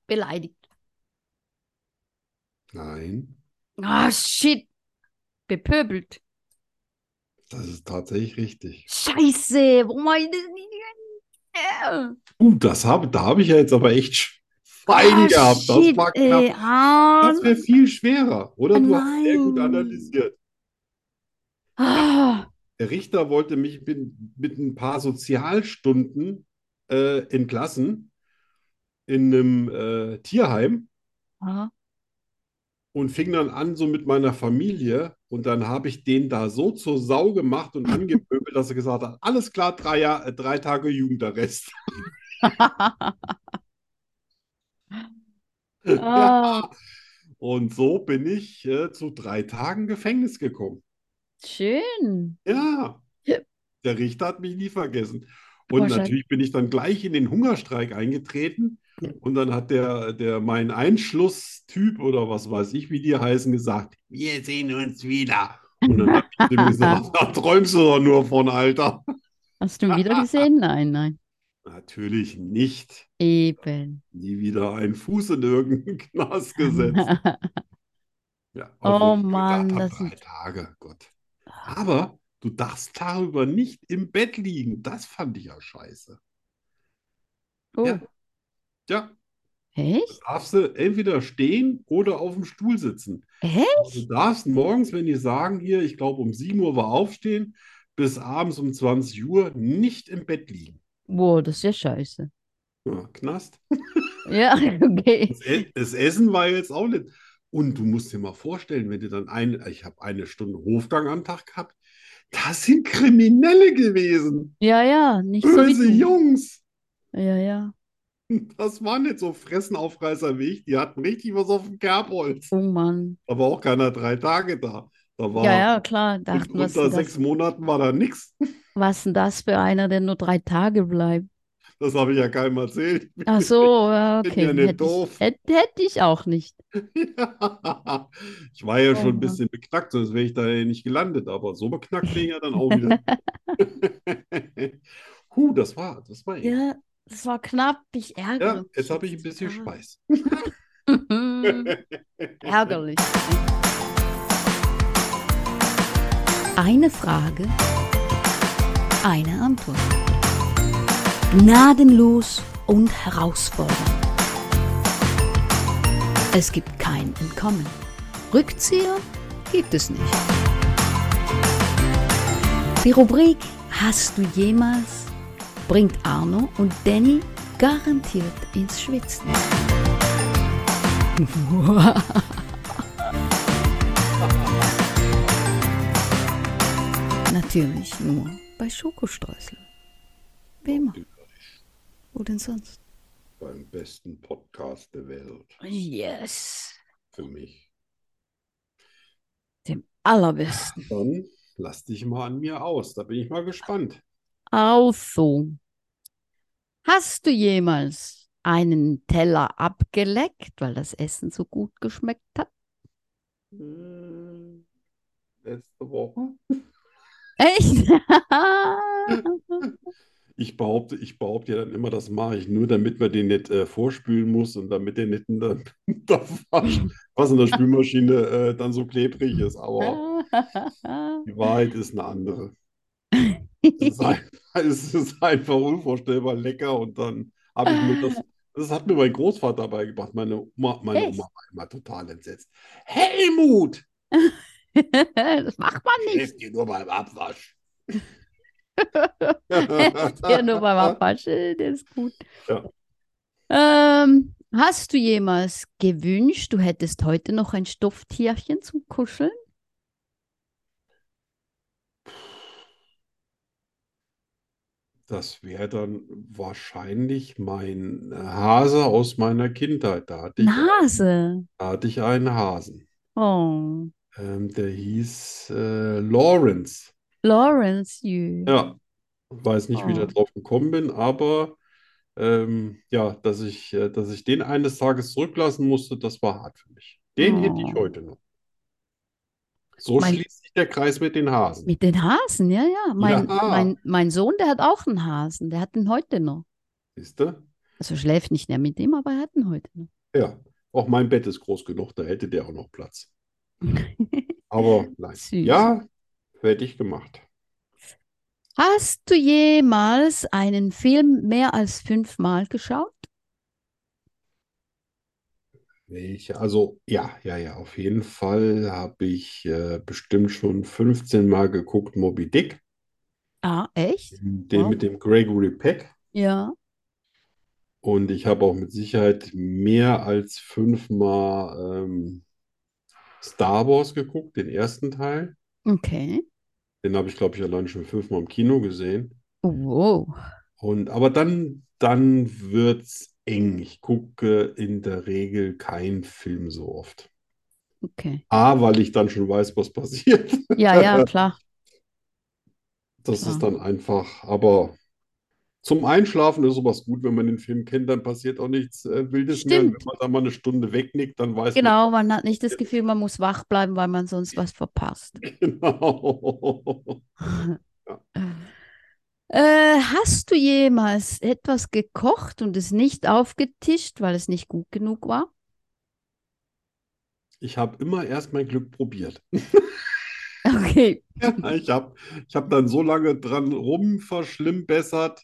beleidigt.
Nein,
Ah, shit. Bepöbelt.
das ist tatsächlich richtig.
Scheiße, warum habe ich das nicht gekannt?
Uh, das habe, da habe ich ja jetzt aber echt fein
Ah,
gehabt. Das
shit,
war knapp.
ey, ah,
Das wäre viel schwerer, oder? Du hast sehr gut
Nein.
analysiert.
ah,
Der Richter wollte mich mit, mit ein paar Sozialstunden äh, entlassen in einem äh, Tierheim
ah.
und fing dann an so mit meiner Familie. Und dann habe ich den da so zur Sau gemacht und angepöbelt, dass er gesagt hat, alles klar, drei, Jahr, äh, drei Tage Jugendarrest.
Ah.
Und so bin ich äh, zu drei Tagen Gefängnis gekommen.
Schön.
Ja,
Ja.
der Richter hat mich nie vergessen. Und
Wahrscheinlich.
natürlich bin ich dann gleich in den Hungerstreik eingetreten. Und dann hat der, der mein Einschlusstyp oder was weiß ich, wie die heißen, gesagt, wir sehen uns wieder. Und dann habe ich dem gesagt, da träumst du doch nur von, Alter.
Hast du ihn wieder gesehen? Nein, nein.
Natürlich nicht.
Eben.
Nie wieder einen Fuß in irgendeinen Knast gesetzt. Ja,
Oh
obwohl ich
Mann,
gedacht hab,
das
drei
ist-
Tage, Gott. Aber du darfst darüber nicht im Bett liegen. Das fand ich ja scheiße.
Oh,
Ja. Ja,
echt?
darfst du entweder stehen oder auf dem Stuhl sitzen.
Echt?
Also Du darfst morgens, wenn die sagen hier, ich glaube um 7 Uhr war aufstehen, bis abends um 20 Uhr nicht im Bett liegen.
Boah, das ist ja scheiße.
Ja, Knast.
Ja, okay.
Das, E- das Essen war jetzt auch nicht. Und du musst dir mal vorstellen, wenn du dann eine, ich habe eine Stunde Hofgang am Tag gehabt, das sind Kriminelle gewesen.
Ja, ja, nicht so
Böse
mit.
Jungs.
Ja, ja.
Das waren nicht so Fressenaufreißer wie ich. Die hatten richtig was auf dem Kerbholz.
Oh Mann.
Da war auch keiner drei Tage da. Da war
Ja, ja, klar.
un-
Dachten, was
unter
denn
sechs
das,
Monaten war da nichts.
was denn das für einer, der nur drei Tage bleibt?
Das habe ich ja keinem erzählt.
Ach so, ja,
bin
okay.
ja nicht
hätte
doof.
ich, hätte, hätte ich auch nicht.
Ich war ja
Genau.
schon ein bisschen beknackt, sonst wäre ich da ja nicht gelandet. Aber so beknackt bin ich ja dann auch wieder. Huh, das war, das war eng.
Ja, das war knapp. Ich ärgere
Ja,
mich
jetzt habe ich ein
jetzt
bisschen
total.
Speis.
Ärgerlich.
Eine Frage, eine Antwort. Gnadenlos und herausfordernd. Es gibt kein Entkommen. Rückzieher gibt es nicht. Die Rubrik Hast du jemals bringt Arno und Danny garantiert ins Schwitzen. Natürlich nur bei Schokostreusel. Wie immer. Wo denn sonst?
Beim besten Podcast der Welt
Yes.
für mich.
Dem allerbesten.
Dann lass dich mal an mir aus. Da bin ich mal gespannt.
Also, hast du jemals einen Teller abgeleckt, weil das Essen so gut geschmeckt hat?
Letzte Woche?
Echt?
Ich behaupte, ich behaupte ja dann immer, das mache ich nur, damit man den nicht äh, vorspülen muss und damit der nicht in der, da was in der Spülmaschine äh, dann so klebrig ist. Aber
Oh.
die Wahrheit ist eine andere. Es ist, ein, es ist einfach unvorstellbar lecker und dann habe ich mir das, das hat mir mein Großvater beigebracht, meine Oma, meine
Echt?
Oma war immer total entsetzt. Helmut!
Das macht man nicht.
Hilft dir nur beim Abwasch.
Ja, nur beim Apache, der ist gut.
Ja.
Ähm, hast du jemals gewünscht, du hättest heute noch ein Stofftierchen zum Kuscheln?
Das wäre dann wahrscheinlich äh, mein Hase aus meiner Kindheit. Da hatte ich,
Nase.
da hatte ich einen Hasen.
Oh.
Ähm, der hieß äh, Lawrence.
Lawrence Yu.
Ja, weiß nicht, wie ich da
Oh.
drauf gekommen bin, aber ähm, ja, dass ich, äh, dass ich den eines Tages zurücklassen musste, das war hart für mich. Den hätte ich
Oh.
heute noch. So
Mein-
schließt sich der Kreis mit den Hasen.
Mit den Hasen, ja, ja. Mein,
Ja.
mein, mein Sohn, der hat auch einen Hasen. Der hat ihn heute noch.
Siehst du?
Also schläft nicht mehr mit dem, aber er hat ihn heute noch.
Ja, auch mein Bett ist groß genug, da hätte der auch noch Platz. Aber nein.
Süß.
Ja, hätte ich gemacht.
Hast du jemals einen Film mehr als fünfmal geschaut?
Welche? Also, ja, ja, ja, auf jeden Fall habe ich äh, bestimmt schon 15 Mal geguckt, Moby Dick,
Ah, echt?
den
Wow.
mit dem Gregory Peck.
Ja.
Und ich habe auch mit Sicherheit mehr als fünfmal ähm, Star Wars geguckt, den ersten Teil.
Okay.
Den habe ich, glaube ich, allein schon fünfmal im Kino gesehen.
Oh, Wow.
Und, aber dann, dann wird's eng. Ich gucke in der Regel keinen Film so oft.
Okay.
A, weil ich dann schon weiß, was passiert.
Ja, ja, klar.
Das ist
Klar.
dann einfach, aber zum Einschlafen ist sowas gut, wenn man den Film kennt, dann passiert auch nichts äh, Wildes mehr. Und
Stimmt.
Wenn man da mal eine Stunde wegnickt, dann weiß man,
Genau, man hat nicht das Gefühl, man muss wach bleiben, weil man sonst was verpasst.
Genau.
Äh, hast du jemals etwas gekocht und es nicht aufgetischt, weil es nicht gut genug war?
Ich habe immer erst mein Glück probiert.
Okay.
Ne, Ich habe ich hab dann so lange dran rumverschlimmbessert.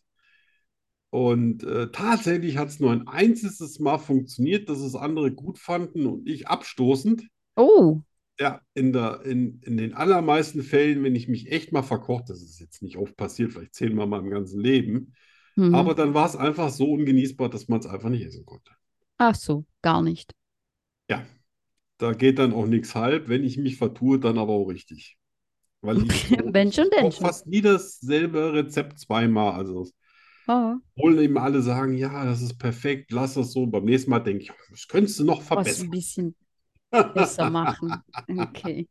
Und äh, tatsächlich hat es nur ein einziges Mal funktioniert, dass es andere gut fanden und ich abstoßend.
Oh,
Ja, in der, in, in den allermeisten Fällen, wenn ich mich echt mal verkocht, das ist jetzt nicht oft passiert, vielleicht zehnmal in meinem ganzen Leben,
mhm.
aber dann war es einfach so ungenießbar, dass man es einfach nicht essen konnte.
Ach so, gar nicht.
Da geht dann auch nichts halb, wenn ich mich vertue, dann aber auch richtig. Weil ich, so-
Wenn schon,
ich
denn
koche
schon.
fast nie dasselbe Rezept zweimal. Also,
Oh,
obwohl eben alle sagen, ja, das ist perfekt, lass das so. Und beim nächsten Mal denke ich, das könntest du noch
was ein
verbessern.
bisschen besser machen. Okay.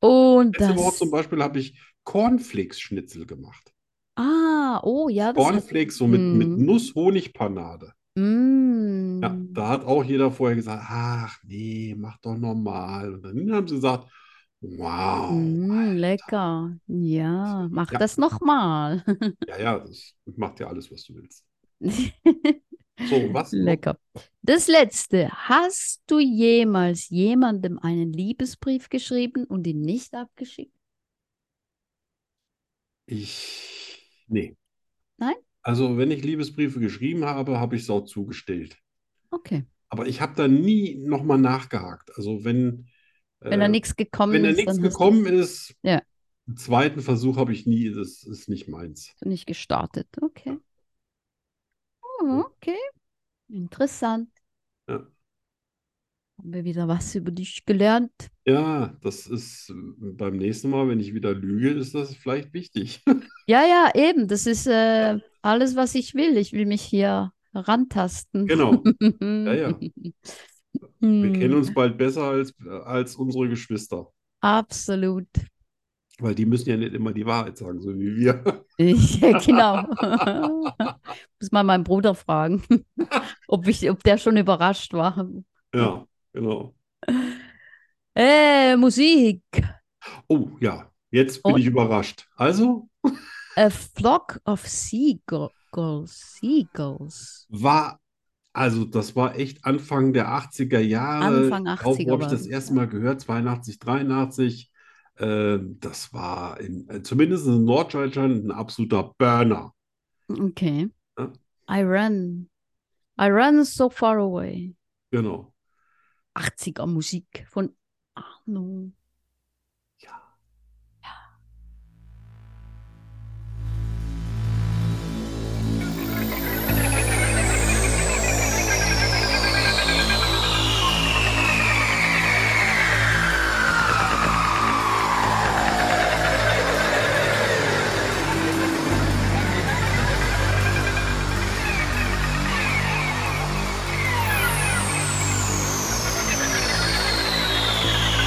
Und
Letzte Woche
das.
zum Beispiel habe ich Cornflakes-Schnitzel gemacht.
Ah, oh ja, das hat.
Cornflakes so mit, mit
Mm.
Nuss-Honig-Panade.
Mm.
Ja, da hat auch jeder vorher gesagt, ach nee, mach doch normal. Und dann haben sie gesagt, wow.
Mm, lecker. Ja, mach
Oh, Ja.
das nochmal.
Ja, ja, das macht ja alles, was du willst. So, was? noch?
Lecker. Das letzte. Hast du jemals jemandem einen Liebesbrief geschrieben und ihn nicht abgeschickt?
Ich, nee.
Nein?
Also, wenn ich Liebesbriefe geschrieben habe, habe ich es auch zugestellt.
Okay.
Aber ich habe da nie nochmal nachgehakt. Also, wenn,
Wenn da
äh,
nichts gekommen
wenn da
ist,
nichts
dann hast du
gekommen ist,
Ja.
einen zweiten Versuch habe ich nie, das ist nicht meins.
du nicht gestartet. Okay. Oh, okay. Interessant.
Ja.
Haben wir wieder was über dich gelernt?
Ja, das ist äh, beim nächsten Mal, wenn ich wieder lüge, ist das vielleicht wichtig.
Ja, ja, eben. Das ist äh, alles, was ich will. Ich will mich hier rantasten.
Genau. Ja, ja. Wir
Hm,
kennen uns bald besser als, äh, als unsere Geschwister,
Absolut.
weil die müssen ja nicht immer die Wahrheit sagen, so wie wir.
Ich, genau. Muss mal meinen Bruder fragen, ob ich, ob der schon überrascht war.
Ja, genau.
Äh, Musik.
Oh ja, jetzt bin
Und-
ich überrascht. Also
A flock of seagulls. Seagulls.
war, also das war echt Anfang der 80er Jahre.
Anfang
Ich glaube,
80er
wo habe ich
war
das
das,
erste
ja.
Mal gehört? 82, 83. Ähm, das war in, äh, zumindest in Norddeutschland ein absoluter Burner.
Okay.
Ja.
I run. I run so far away.
Genau.
80er Musik von Arno.
Thank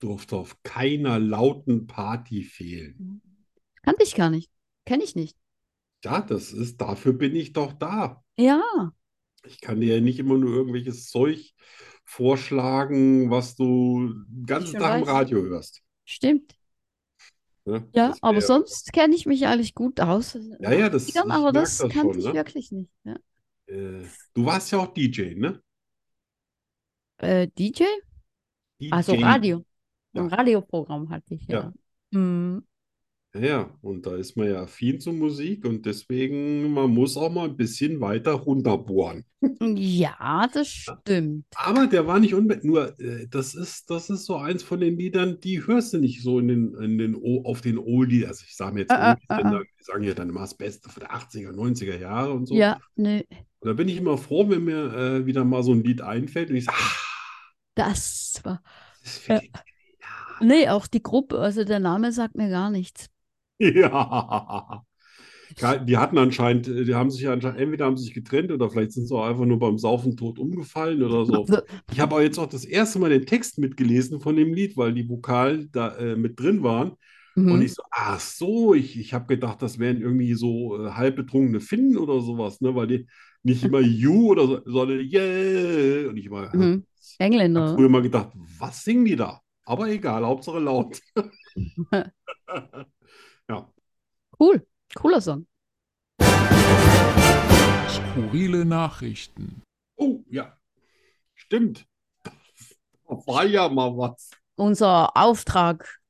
durfte auf keiner lauten Party fehlen.
Kannte ich gar nicht. Kenne ich nicht.
Ja, das ist, dafür bin ich doch da.
Ja,
Ich kann dir ja nicht immer nur irgendwelches Zeug vorschlagen, was du den ganzen
schon
Tag im
weiß.
Radio hörst.
stimmt.
Ne?
Ja,
Das wär-
aber sonst kenne ich mich eigentlich gut aus.
Ja, ja, das,
Dann,
ich
aber
merk
das
das
kannte
schon,
ich
ne?
wirklich nicht. Ja.
Äh, du warst ja auch DJ, ne?
Äh, DJ? Also
DJ.
Radio.
Ja.
Ein Radioprogramm hatte ich, ja. Mm,
Ja, ja, und da ist man ja affin zur Musik und deswegen, man muss auch mal ein bisschen weiter runterbohren.
Ja, das stimmt.
Aber der war nicht unbedingt, nur äh, das ist, das ist so eins von den Liedern, die hörst du nicht so in den, in den o, auf den Oldie. Also ich sage mir jetzt,
Ah, ah, ah,
Oldies-Sender, die sagen ja dann immer das Beste von der 80er, 90er Jahre und so.
Ja, ne. nö.
Und da bin ich immer froh, wenn mir äh, wieder mal so ein Lied einfällt und ich sage, ah,
Das war.
das ist für
Ja.
den ja.
Nee, auch die Gruppe, also der Name sagt mir gar nichts.
Ja. Ja, Die hatten anscheinend, äh, die haben sich anscheinend, entweder haben sie sich getrennt oder vielleicht sind sie auch einfach nur beim Saufen tot umgefallen oder so.
Also,
Ich habe auch jetzt auch das erste Mal den Text mitgelesen von dem Lied, weil die Vokal da äh, mit drin waren. Und
mhm.
ich so, ach so, ich, ich habe gedacht, das wären irgendwie so äh, halb betrunkene Finnen oder sowas, ne? Weil die nicht immer you oder so, sondern yeah. Und ich immer, hab
Mhm. Engländer.
früher mal gedacht, was singen die da? Aber egal, Hauptsache laut. Ja.
Cool. Cooler Song.
Skurrile Nachrichten.
Oh, ja. Stimmt. Da war ja mal was.
Unser Auftrag,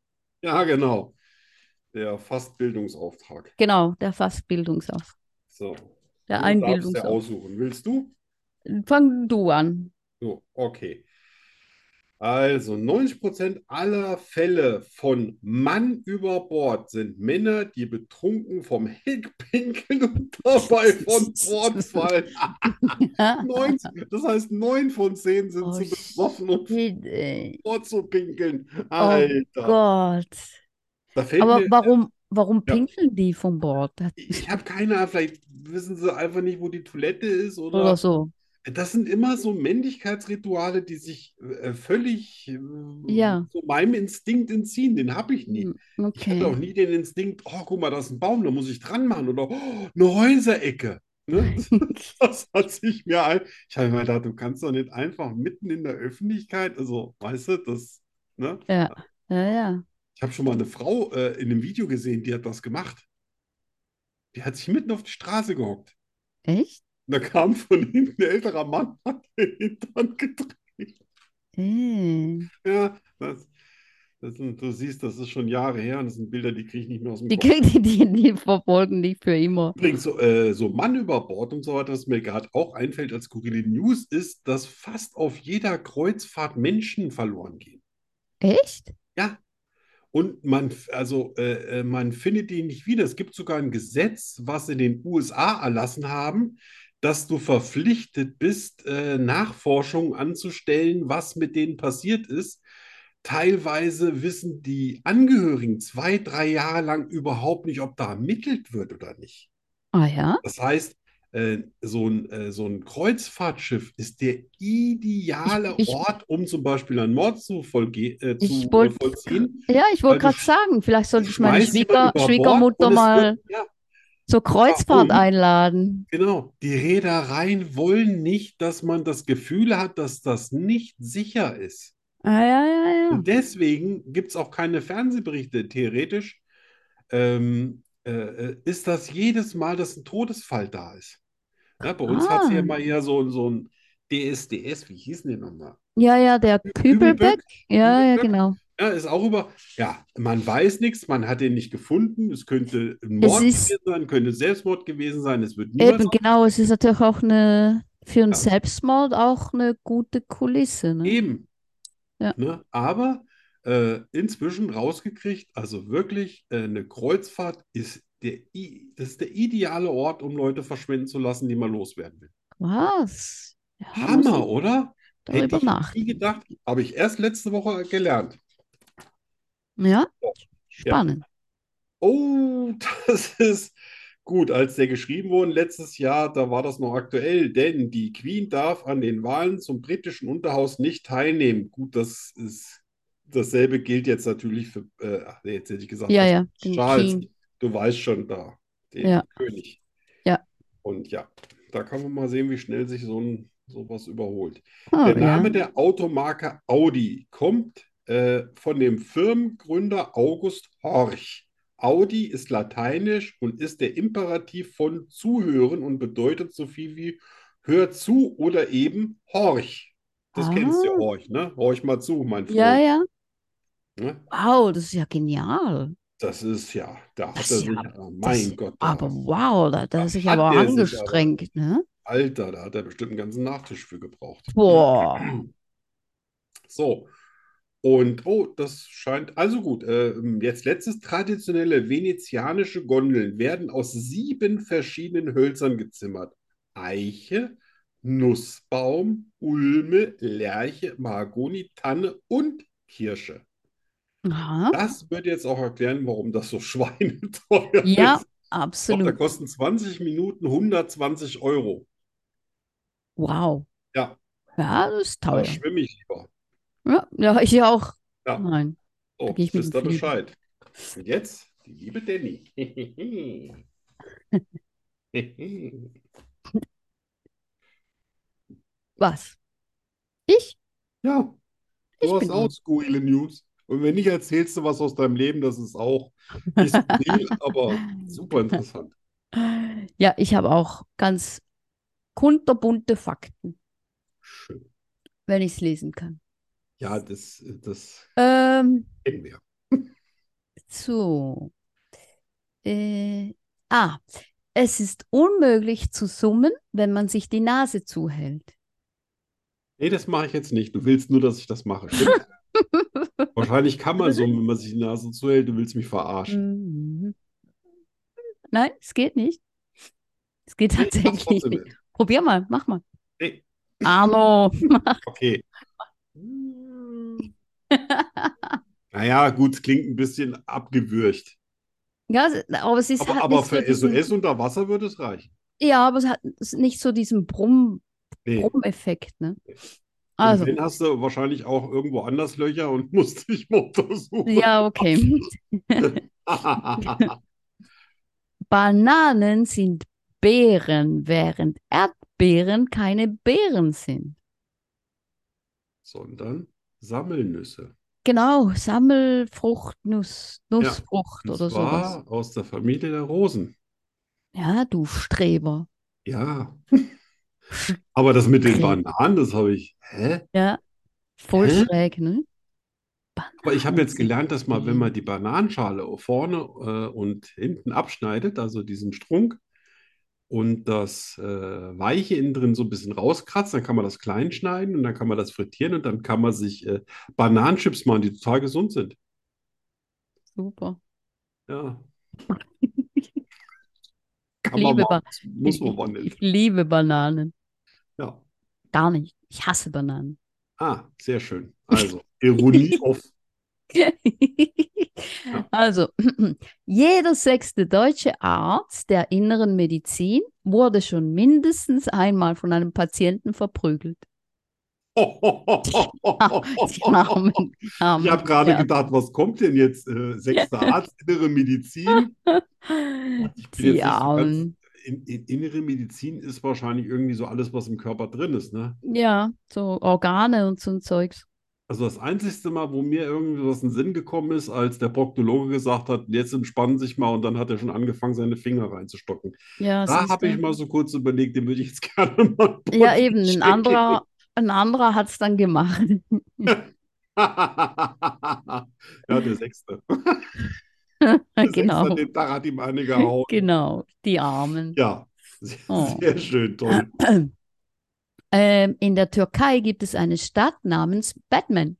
Ja, genau. Der fast Bildungsauftrag.
genau, der fast Bildungsauftrag,
So.
der
Du darfst dir
Einbildungsauftrag.
aussuchen. Willst du?
Fang du an.
So, okay. Also 90% aller Fälle von Mann über Bord sind Männer, die betrunken vom Heck pinkeln und dabei von Bord fallen. Neun, das heißt, neun von zehn sind
Oh,
zu besoffen, um vom
shit, ey.
Bord zu pinkeln.
Oh
Alter.
Gott.
Da fällt
Aber
mir,
warum, warum
Ja.
pinkeln die vom Bord?
ich habe keine Ahnung, vielleicht wissen sie einfach nicht, wo die Toilette ist oder.
Oder so.
Das sind immer so Männlichkeitsrituale, die sich äh, völlig äh,
Ja.
so meinem Instinkt entziehen. Den habe ich nie.
Hm,
Ich hatte auch
Okay.
nie den Instinkt, oh, guck mal, da ist ein Baum, da muss ich dran machen oder oh, eine Häuserecke. Ne? Das hat sich mir ein. Ich habe mir gedacht, du kannst doch nicht einfach mitten in der Öffentlichkeit, also weißt du, das, ne?
Ja, ja.
Ich habe schon mal eine Frau äh, in einem Video gesehen, die hat das gemacht. Die hat sich mitten auf die Straße gehockt.
Echt?
Und da kam von hinten ein älterer Mann, hat den Hintern gedreht.
Ey.
Ja, das, das sind, du siehst, das ist schon Jahre her und das sind Bilder, die kriege ich nicht mehr aus dem
Die,
Kopf.
kriegen- die, die, die verfolgen dich für immer.
Übrigens, so, äh, so Mann über Bord und so weiter, was mir gerade auch einfällt als skurrile News, ist, dass fast auf jeder Kreuzfahrt Menschen verloren gehen.
Echt?
Und man, f- also, äh, äh, man findet die nicht wieder. Es gibt sogar ein Gesetz, was in den USA erlassen haben, dass du verpflichtet bist, äh, Nachforschungen anzustellen, was mit denen passiert ist. Teilweise wissen die Angehörigen zwei, drei Jahre lang überhaupt nicht, ob da ermittelt wird oder nicht.
Ah ja?
Das heißt, äh, so ein, äh, so ein Kreuzfahrtschiff ist der ideale
Ich- ich-
Ort, um zum Beispiel einen Mord zu, vollge- äh,
Ich
zu äh,
wollt-
vollziehen.
Ja, ich
Weil
wollte
du
gerade
Also sch-
sagen, vielleicht sollte ich meine
schmeißt jemand
Schwieger,
über Bord
Schwiegermutter
und es
mal
Wird, ja,
zur Kreuzfahrt
Warum?
einladen.
genau. Die Reedereien wollen nicht, dass man das Gefühl hat, dass das nicht sicher ist.
Ah, ja, ja, ja.
Und deswegen gibt es auch keine Fernsehberichte. Theoretisch ähm, äh, äh, ist das jedes Mal, dass ein Todesfall da ist. Ja, bei uns hat es ja
Ah.
mal hier so, so ein DSDS, wie hießen die nochmal?
Ja, ja, der Kübelbeck. Ja, ja,
Kübelböck.
genau.
Ja, ist auch über. Ja, man weiß nichts, man hat ihn nicht gefunden. Es könnte ein
Es
Mord
ist-
gewesen sein, könnte Selbstmord gewesen sein. Es wird niemals
Eben, genau. Es ist natürlich auch eine, für einen
Ja.
Selbstmord auch eine gute Kulisse, ne?
Eben.
Ja.
Ne? Aber äh, inzwischen rausgekriegt, also wirklich, äh, eine Kreuzfahrt ist der, i- das ist der ideale Ort, um Leute verschwinden zu lassen, die man loswerden will.
Was? Ja, muss
Hammer,
ich
oder?
darüber
Hätte ich nie
nachdenken.
gedacht, habe ich erst letzte Woche gelernt.
Ja,
Ja.
spannend.
Oh, das ist gut. Als der geschrieben wurde letztes Jahr, da war das noch aktuell, denn die Queen darf an den Wahlen zum britischen Unterhaus nicht teilnehmen. Gut, das ist dasselbe gilt jetzt natürlich für, äh, ach nee, jetzt hätte ich gesagt,
Ja,
das-
ja, den
Charles,
King.
du weißt schon da, den
Ja.
König.
Ja.
Und ja, da kann man mal sehen, wie schnell sich so ein sowas überholt.
Ah,
Der
ja.
Name der Automarke Audi kommt äh, von dem Firmengründer August Horch. Audi ist lateinisch und ist der Imperativ von zuhören und bedeutet so viel wie hör zu oder eben horch. Das
Ah.
kennst du, horch, ne? Horch mal zu, mein
Ja,
Freund.
ja.
Ne?
Wow, das ist ja genial.
Das ist ja, da hat
Das
er
ist
sich,
ja-
oh
das-
mein Gott, da
Aber wow, da, da
Da
ist sich
hat
aber
der sich aber.
angestrengt, ne?
Alter, da hat er bestimmt einen ganzen Nachtisch für gebraucht.
Boah.
So. Und, oh, das scheint, also gut, äh, jetzt letztes traditionelle venezianische Gondeln werden aus sieben verschiedenen Hölzern gezimmert. Eiche, Nussbaum, Ulme, Lärche, Mahagoni, Tanne und Kirsche.
Aha,
Das wird jetzt auch erklären, warum das so
Ja,
schweineteuer ist. Ich glaube, da
absolut.
kosten 20 Minuten 120 Euro.
Wow.
Ja.
Ja, das ist
Da
teuer.
schwimme ich lieber.
Ja, ja, ich auch.
Ja.
Nein.
Oh,
gehe ich mit
wisst
dem
ihr
Flieger.
Bescheid. Und jetzt die liebe Danny.
Was? Ich?
Ja,
Ich
du hast
bin
auch
gut.
skurrile News. Und wenn nicht, erzählst du was aus deinem Leben, das ist auch nicht skurril, aber super interessant.
Ja, ich habe auch ganz kunterbunte Fakten,
Schön.
wenn ich es lesen kann.
Ja, das, das
Ähm,
kennen wir.
so. Äh, ah, es ist unmöglich zu summen, wenn man sich die Nase zuhält.
Nee, das mache ich jetzt nicht. Du willst nur, dass ich das mache. Stimmt. Wahrscheinlich kann man so, wenn man sich die Nase zuhält, du willst mich
Mhm.
verarschen.
Nein, es geht nicht. Es geht
Nee, ich mach's
tatsächlich
trotzdem
nicht.
nicht.
Probier mal, mach mal.
Nee.
Arno.
Okay. Naja, gut, klingt ein bisschen abgewürgt.
Ja, es- aber es ist
Aber,
halt
aber
nicht so
für
diesen,
SOS unter Wasser würde es reichen.
ja, aber es hat es nicht so diesen Brumm,
Nee. Und
Brumm-Effekt, ne? Also,
wenn hast du wahrscheinlich auch irgendwo anders Löcher und musst dich mal untersuchen.
ja, okay. Bananen sind Beeren, während Erdbeeren keine Beeren sind.
Sondern Sammelnüsse.
Genau, Sammelfrucht, Nuss, Nussfrucht
Und
oder sowas.
zwar aus der Familie der Rosen.
Ja, du Streber.
Ja. Aber das mit den
Okay.
Bananen, das habe ich. Hä?
Ja, voll
Hä?
schräg, ne?
Aber ich habe jetzt
Bananen.
gelernt, dass man, wenn
Mhm.
man die Bananenschale vorne äh, und hinten abschneidet, also diesen Strunk, und das äh, Weiche innen drin so ein bisschen rauskratzt, dann kann man das klein schneiden und dann kann man das frittieren und dann kann man sich äh, Bananenchips machen, die total gesund sind.
Super.
Ja. Kann man
Liebe
machen,
Ba-
muss
ich,
man aber
ich,
nicht.
ich liebe Bananen.
Ja.
Gar nicht. Ich hasse Bananen.
Ah, sehr schön. Also, Ironie auf.
Also, jeder sechste deutsche Arzt der inneren Medizin wurde schon mindestens einmal von einem Patienten verprügelt. Die armen, armen,
Ich habe gerade
ja.
gedacht, was kommt denn jetzt? Äh, sechster Arzt, innere Medizin. Ich bin jetzt
Die
nicht so ganz-
armen.
In, in, innere Medizin ist wahrscheinlich irgendwie so alles, was im Körper drin ist, ne?
Ja, so Organe und so ein Zeugs.
Also das einzigste Mal, wo mir irgendwie was in den Sinn gekommen ist, als der Proktologe gesagt hat, jetzt entspannen sich mal und dann hat er schon angefangen, seine Finger reinzustocken.
Ja,
Da
siehst
habe ich
du.
mal so kurz überlegt, den würde ich jetzt gerne mal einen
Ja,
Bund
eben, ein
schicken.
anderer, ein anderer hat es dann gemacht.
Ja, der Sechste. Der Sechste
Genau,
an dem Tag hat ihm eine gehauen.
genau, die Armen.
Ja, sehr,
Oh.
sehr schön, toll.
Ähm, in der Türkei gibt es eine Stadt namens Batman.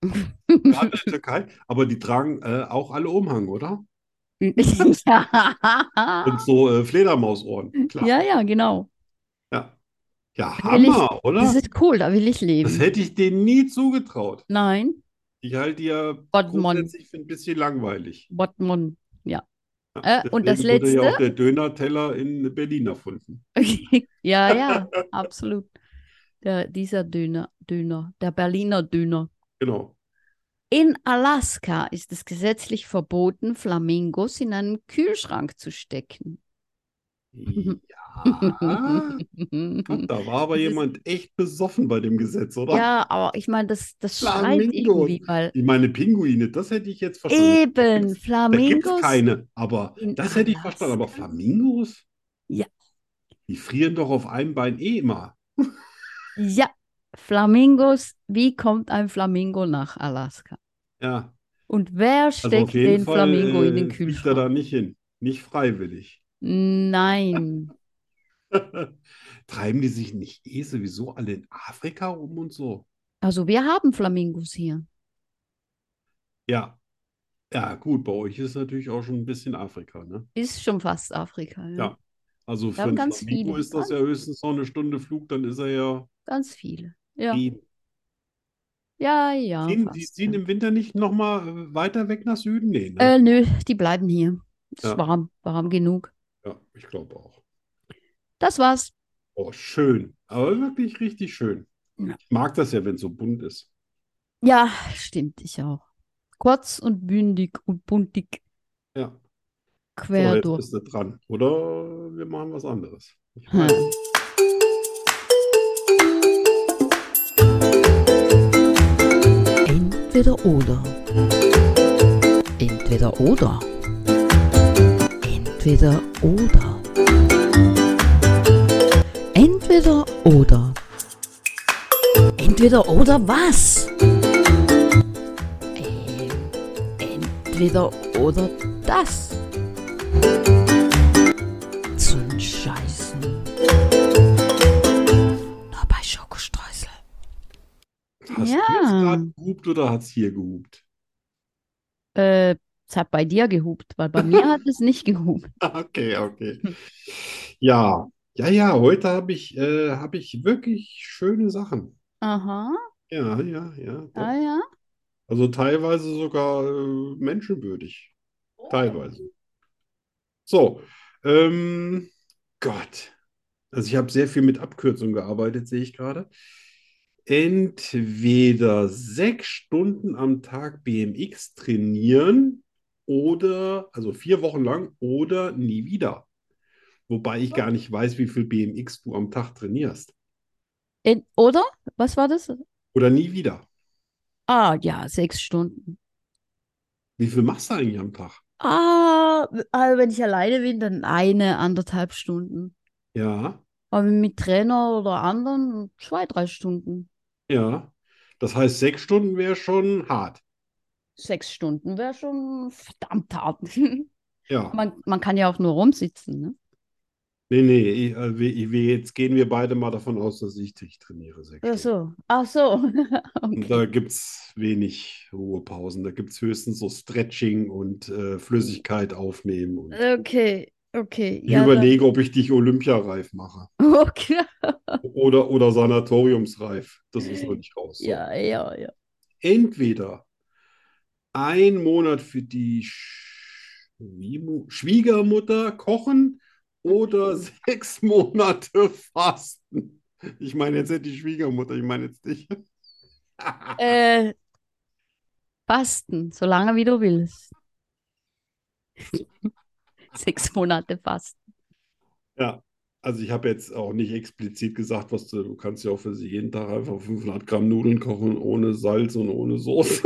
Gerade in der Türkei, aber die tragen äh, auch alle Umhang, oder?
ja.
Und so äh, Fledermausohren, klar.
Ah. Hm, ja, ja, genau.
Ja, ja
Will ich-
Hammer, oder?
Das ist cool, da will ich
Das
leben.
hätte ich denen nie zugetraut.
Nein,
Ich halte die ja
Gottmon.
grundsätzlich für ein bisschen langweilig.
Batman, ja.
Ja,
Äh, und das
deswegen wurde ja
Letzte?
auch der Dönerteller in Berlin erfunden.
ja, ja, absolut. Der, dieser Döner, Döner, der Berliner Döner.
Genau.
In Alaska ist es gesetzlich verboten, Flamingos in einen Kühlschrank zu stecken.
Ja. Da war aber
Das ist-
jemand echt besoffen bei dem Gesetz, oder?
ja, aber ich meine, das, das schreit
Flamingos.
irgendwie, Äh, weil
Ich meine, Pinguine, das hätte ich jetzt verstanden.
eben
gibt's- Also, Da gibt es
Flamingos.
keine, aber
in
das hätte ich
Alaska.
verstanden. Aber Flamingos?
Ja.
Die frieren doch auf einem Bein eh immer.
Ja, Flamingos. Wie kommt ein Flamingo nach Alaska?
Ja,
Und wer
also auf
steckt
jeden
den
Fall
Flamingo in
äh,
den
fliegt er
Kühlschrank?
da nicht hin. Nicht freiwillig.
Nein.
Treiben die sich nicht eh sowieso alle in Afrika rum und so?
Also wir haben Flamingos hier.
Ja. Ja, gut, bei euch ist natürlich auch schon ein bisschen Afrika, ne?
Ist schon fast Afrika. Ja.
Ja. Also für
haben
einen
ganz
Flamingo
viele.
ist das ja höchstens noch eine Stunde Flug, dann ist er ja
Ganz viele. Ja,
eben.
ja, ja.
Ziehen, die
fast,
ziehen
ja.
im Winter nicht nochmal weiter weg nach Süden? Nee, ne?
Äh, nö, die bleiben hier. Ist
Ja.
warm, warm genug.
Ja, ich glaube auch.
Das war's.
Oh, schön. Aber wirklich richtig schön.
Ja.
Ich mag das ja, wenn es so bunt ist.
Ja, stimmt, ich auch. Kurz und bündig und buntig
Ja. So,
quer
jetzt
durch.
bist du dran. Oder wir machen was anderes. Ich
Hm.
weiß.
Entweder oder. Entweder oder. Entweder oder. Entweder oder. Entweder oder was? Ähm, entweder oder das. Zum Scheißen. Nur bei Schokostreusel.
Hast du
Ja.
jetzt gerade gehupt oder hat es hier gehupt?
Äh, es hat bei dir gehupt, weil bei mir hat es nicht gehupt.
Okay, okay. Ja, ja, ja, heute habe ich, äh, habe ich wirklich schöne Sachen.
Aha,
Ja, ja, ja. doch.
ah ja.
Also teilweise sogar äh, menschenwürdig. Teilweise. So, ähm, Gott. Also ich habe sehr viel mit Abkürzungen gearbeitet, sehe ich gerade. Entweder sechs Stunden am Tag BMX trainieren oder, also vier Wochen lang oder nie wieder. Wobei ich gar nicht weiß, wie viel BMX du am Tag trainierst.
In, oder? Was war das?
Oder nie wieder.
Ah, ja, sechs Stunden.
Wie viel machst du eigentlich am Tag?
Ah, also wenn ich alleine bin, dann eine, anderthalb Stunden.
Ja.
Aber mit Trainer oder anderen zwei, drei Stunden.
Ja, das heißt, sechs Stunden wäre schon hart.
Sechs Stunden wäre schon verdammt hart.
Ja,
Man, man kann ja auch nur rumsitzen, ne?
nee, nee, ich, äh, wir, ich- wir, jetzt gehen wir beide mal davon aus, dass ich dich trainiere, sechs
Ach
Stunden.
so, ach so.
Und
Okay.
da gibt es wenig Ruhepausen, da gibt es höchstens so Stretching und äh, Flüssigkeit aufnehmen. Und
Okay, okay.
ich
Äh, Ja, dann-
überlege, ob ich dich olympiareif mache
Okay.
oder, oder sanatoriumsreif. Das ist noch nicht raus. So.
Ja, ja, ja.
entweder ein Monat für die Schwiemu- Schwiegermutter kochen oder sechs Monate fasten. Ich meine jetzt nicht die Schwiegermutter, ich meine jetzt dich.
Äh, fasten, so lange wie du willst. Sechs Monate fasten.
Ja, also ich habe jetzt auch nicht explizit gesagt, was du, du kannst ja auch für sie jeden Tag einfach 500 Gramm Nudeln kochen, ohne Salz und ohne Soße.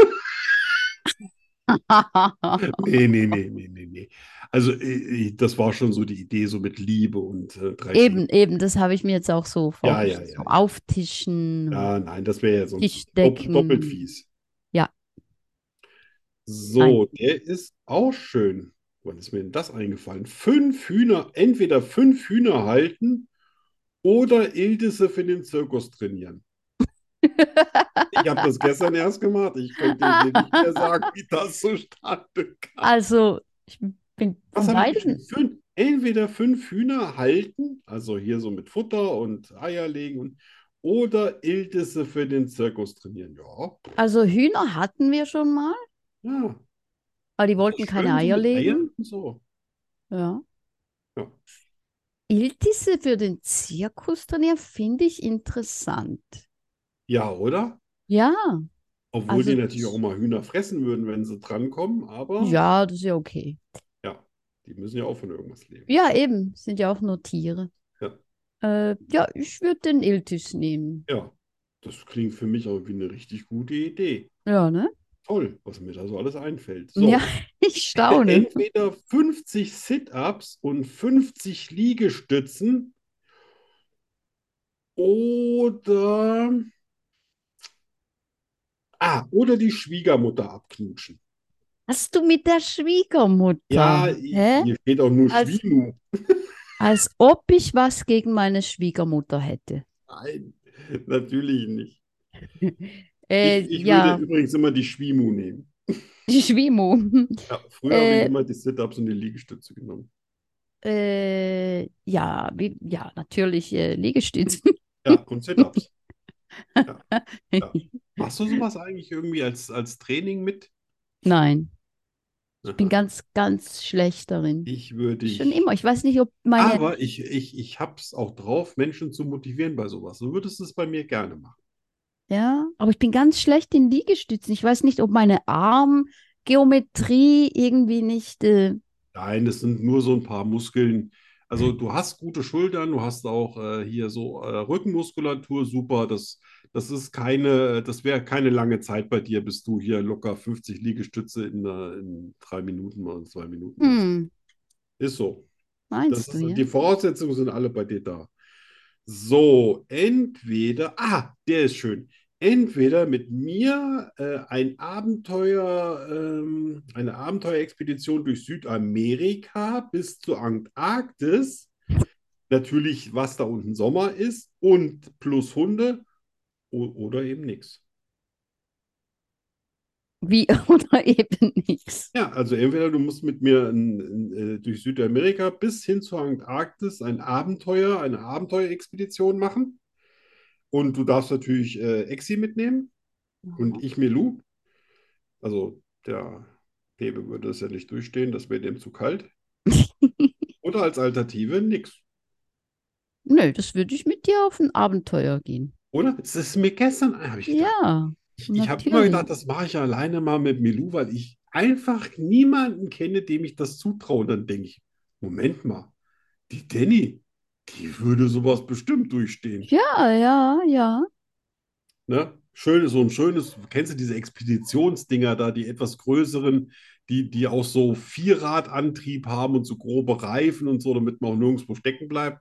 Nee, nee, nee, nee, nee, nee. Also äh, äh, das war schon so die Idee, so mit Liebe und äh, drei
Eben, eben, das habe ich mir jetzt auch so
Ja, ja,
vorgestellt.
ja,
So
ja.
auftischen.
Ja, nein, das wäre ja sonst
Tischdecken.
dopp- doppelt fies.
Ja.
So, der ist auch schön. Wann ist mir denn das eingefallen? Fünf Hühner, entweder fünf Hühner halten oder Iltisse für den Zirkus trainieren. Ich habe das gestern erst gemacht. Ich könnte dir nicht mehr sagen, wie das zustande kam.
Also, ich bin
Was
von
habe ich
beiden.
geschrieben? Fünf, entweder fünf Hühner halten, also hier so mit Futter und Eier legen, und, oder Iltisse für den Zirkus trainieren. Ja,
Also Hühner hatten wir schon mal,
ja.
aber die wollten
Schön
keine
so
Eier
mit Eiern
legen.
und so.
Ja.
Ja.
Iltisse für den Zirkus trainieren, finde ich interessant.
Ja, oder?
Ja,
Obwohl
Also
die natürlich
das-
auch mal Hühner fressen würden, wenn sie drankommen, aber
ja, das ist ja okay.
ja, die müssen ja auch von irgendwas leben.
Ja, eben, sind ja auch nur Tiere.
Ja.
Äh, ja, ich würde den Iltis nehmen.
Ja, das klingt für mich auch wie eine richtig gute Idee.
Ja, ne?
Toll, was mir da so alles einfällt. So,
Ja, ich staune.
entweder 50 Sit-ups und 50 Liegestützen oder ah, oder die Schwiegermutter abknutschen.
Hast du mit der Schwiegermutter?
Ja,
Hä? Also
hier steht auch nur
Als-
Schwiemu.
Als ob ich was gegen meine Schwiegermutter hätte.
Nein, natürlich nicht.
Äh,
Ich, ich
ja,
würde übrigens immer die Schwimu nehmen.
die Schwimu.
Ja, früher habe
Äh,
ich immer die Sit-ups und die Liegestütze genommen.
Äh, ja, wie, ja, natürlich äh, Liegestütze.
Ja, und Sit-ups. Ja, ja. Machst du sowas eigentlich irgendwie als, als Training mit?
Nein, ich bin ganz, ganz schlecht darin.
Ich würde
Schon
ich,
immer. Ich weiß nicht, ob meine.
aber ich, ich, ich hab's auch drauf, Menschen zu motivieren bei sowas. So würdest du es bei mir gerne machen.
Ja, aber ich bin ganz schlecht in Liegestützen. Ich weiß nicht, ob meine Armgeometrie irgendwie nicht. Äh,
Nein, das sind nur so ein paar Muskeln. Also du hast gute Schultern, du hast auch äh, hier so äh, Rückenmuskulatur, super. Das, das ist keine, das wäre keine lange Zeit bei dir, bis du hier locker 50 Liegestütze in, äh, in drei Minuten oder in zwei Minuten machst.
hm,
Ist so. Das
meinst
ist,
du, ja?
die Voraussetzungen sind alle bei dir da. So, entweder, ah, der ist schön. Entweder mit mir äh, ein Abenteuer, ähm, eine Abenteuerexpedition durch Südamerika bis zur Antarktis. Natürlich, was da unten Sommer ist und plus Hunde o oder eben nichts.
Wie oder eben nichts.
Ja, also entweder du musst mit mir in, in, äh, durch Südamerika bis hin zur Antarktis ein Abenteuer, eine Abenteuerexpedition machen. Und du darfst natürlich äh, Exi mitnehmen und ich Melu. Also der Pepe würde das ja nicht durchstehen, das wäre dem zu kalt. Oder als Alternative nix.
Nö, das würde ich mit dir auf ein Abenteuer gehen.
Oder? Es ist mir gestern, habe ich gedacht.
Ja,
Ich, ich habe immer
natürlich.
gedacht, das mache ich alleine mal mit Milou, weil ich einfach niemanden kenne, dem ich das zutraue. Und dann denke ich, Moment mal, die Danny, die würde sowas bestimmt durchstehen.
ja, ja, ja.
Ne? Schön, so ein schönes, kennst du diese Expeditionsdinger da, die etwas größeren, die, die auch so Vierradantrieb haben und so grobe Reifen und so, damit man auch nirgendwo stecken bleibt.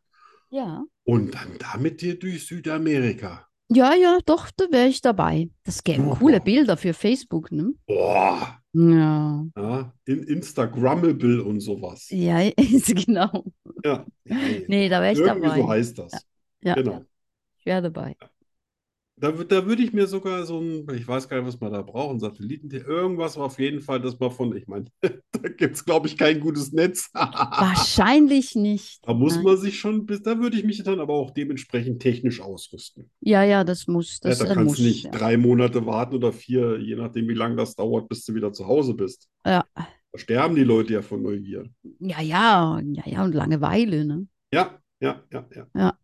Ja.
Und dann damit hier durch Südamerika.
Ja, ja, doch, da wäre ich dabei. Das gäbe
Super.
coole Bilder für Facebook, ne?
Boah,
Ja.
ja, in Instagrammable und sowas.
Ja, ist genau.
Ja.
Nee, da wäre ich
Irgendwie so
dabei.
heißt das.
Ja,
Genau. Ah,
ich wäre dabei.
Da, wü- da würde ich mir sogar so ein, ich weiß gar nicht, was man da braucht, ein Satelliten, irgendwas auf jeden Fall, dass man von, ich meine, da gibt es, glaube ich, kein gutes Netz. Da
Wahrscheinlich nicht.
muss
Nein.
man sich schon, bis- da würde ich mich dann aber auch dementsprechend technisch ausrüsten.
Ja, ja, das muss,
Ja,
das
da
äh,
kannst du
muss,
nicht
ja.
drei Monate warten oder vier, je nachdem, wie lange das dauert, bis du wieder zu Hause bist.
Ja.
Da sterben die Leute ja von Neugier.
Ja, ja, ja, ja, und Langeweile, ne?
Ja, ja, ja, ja.
Ja.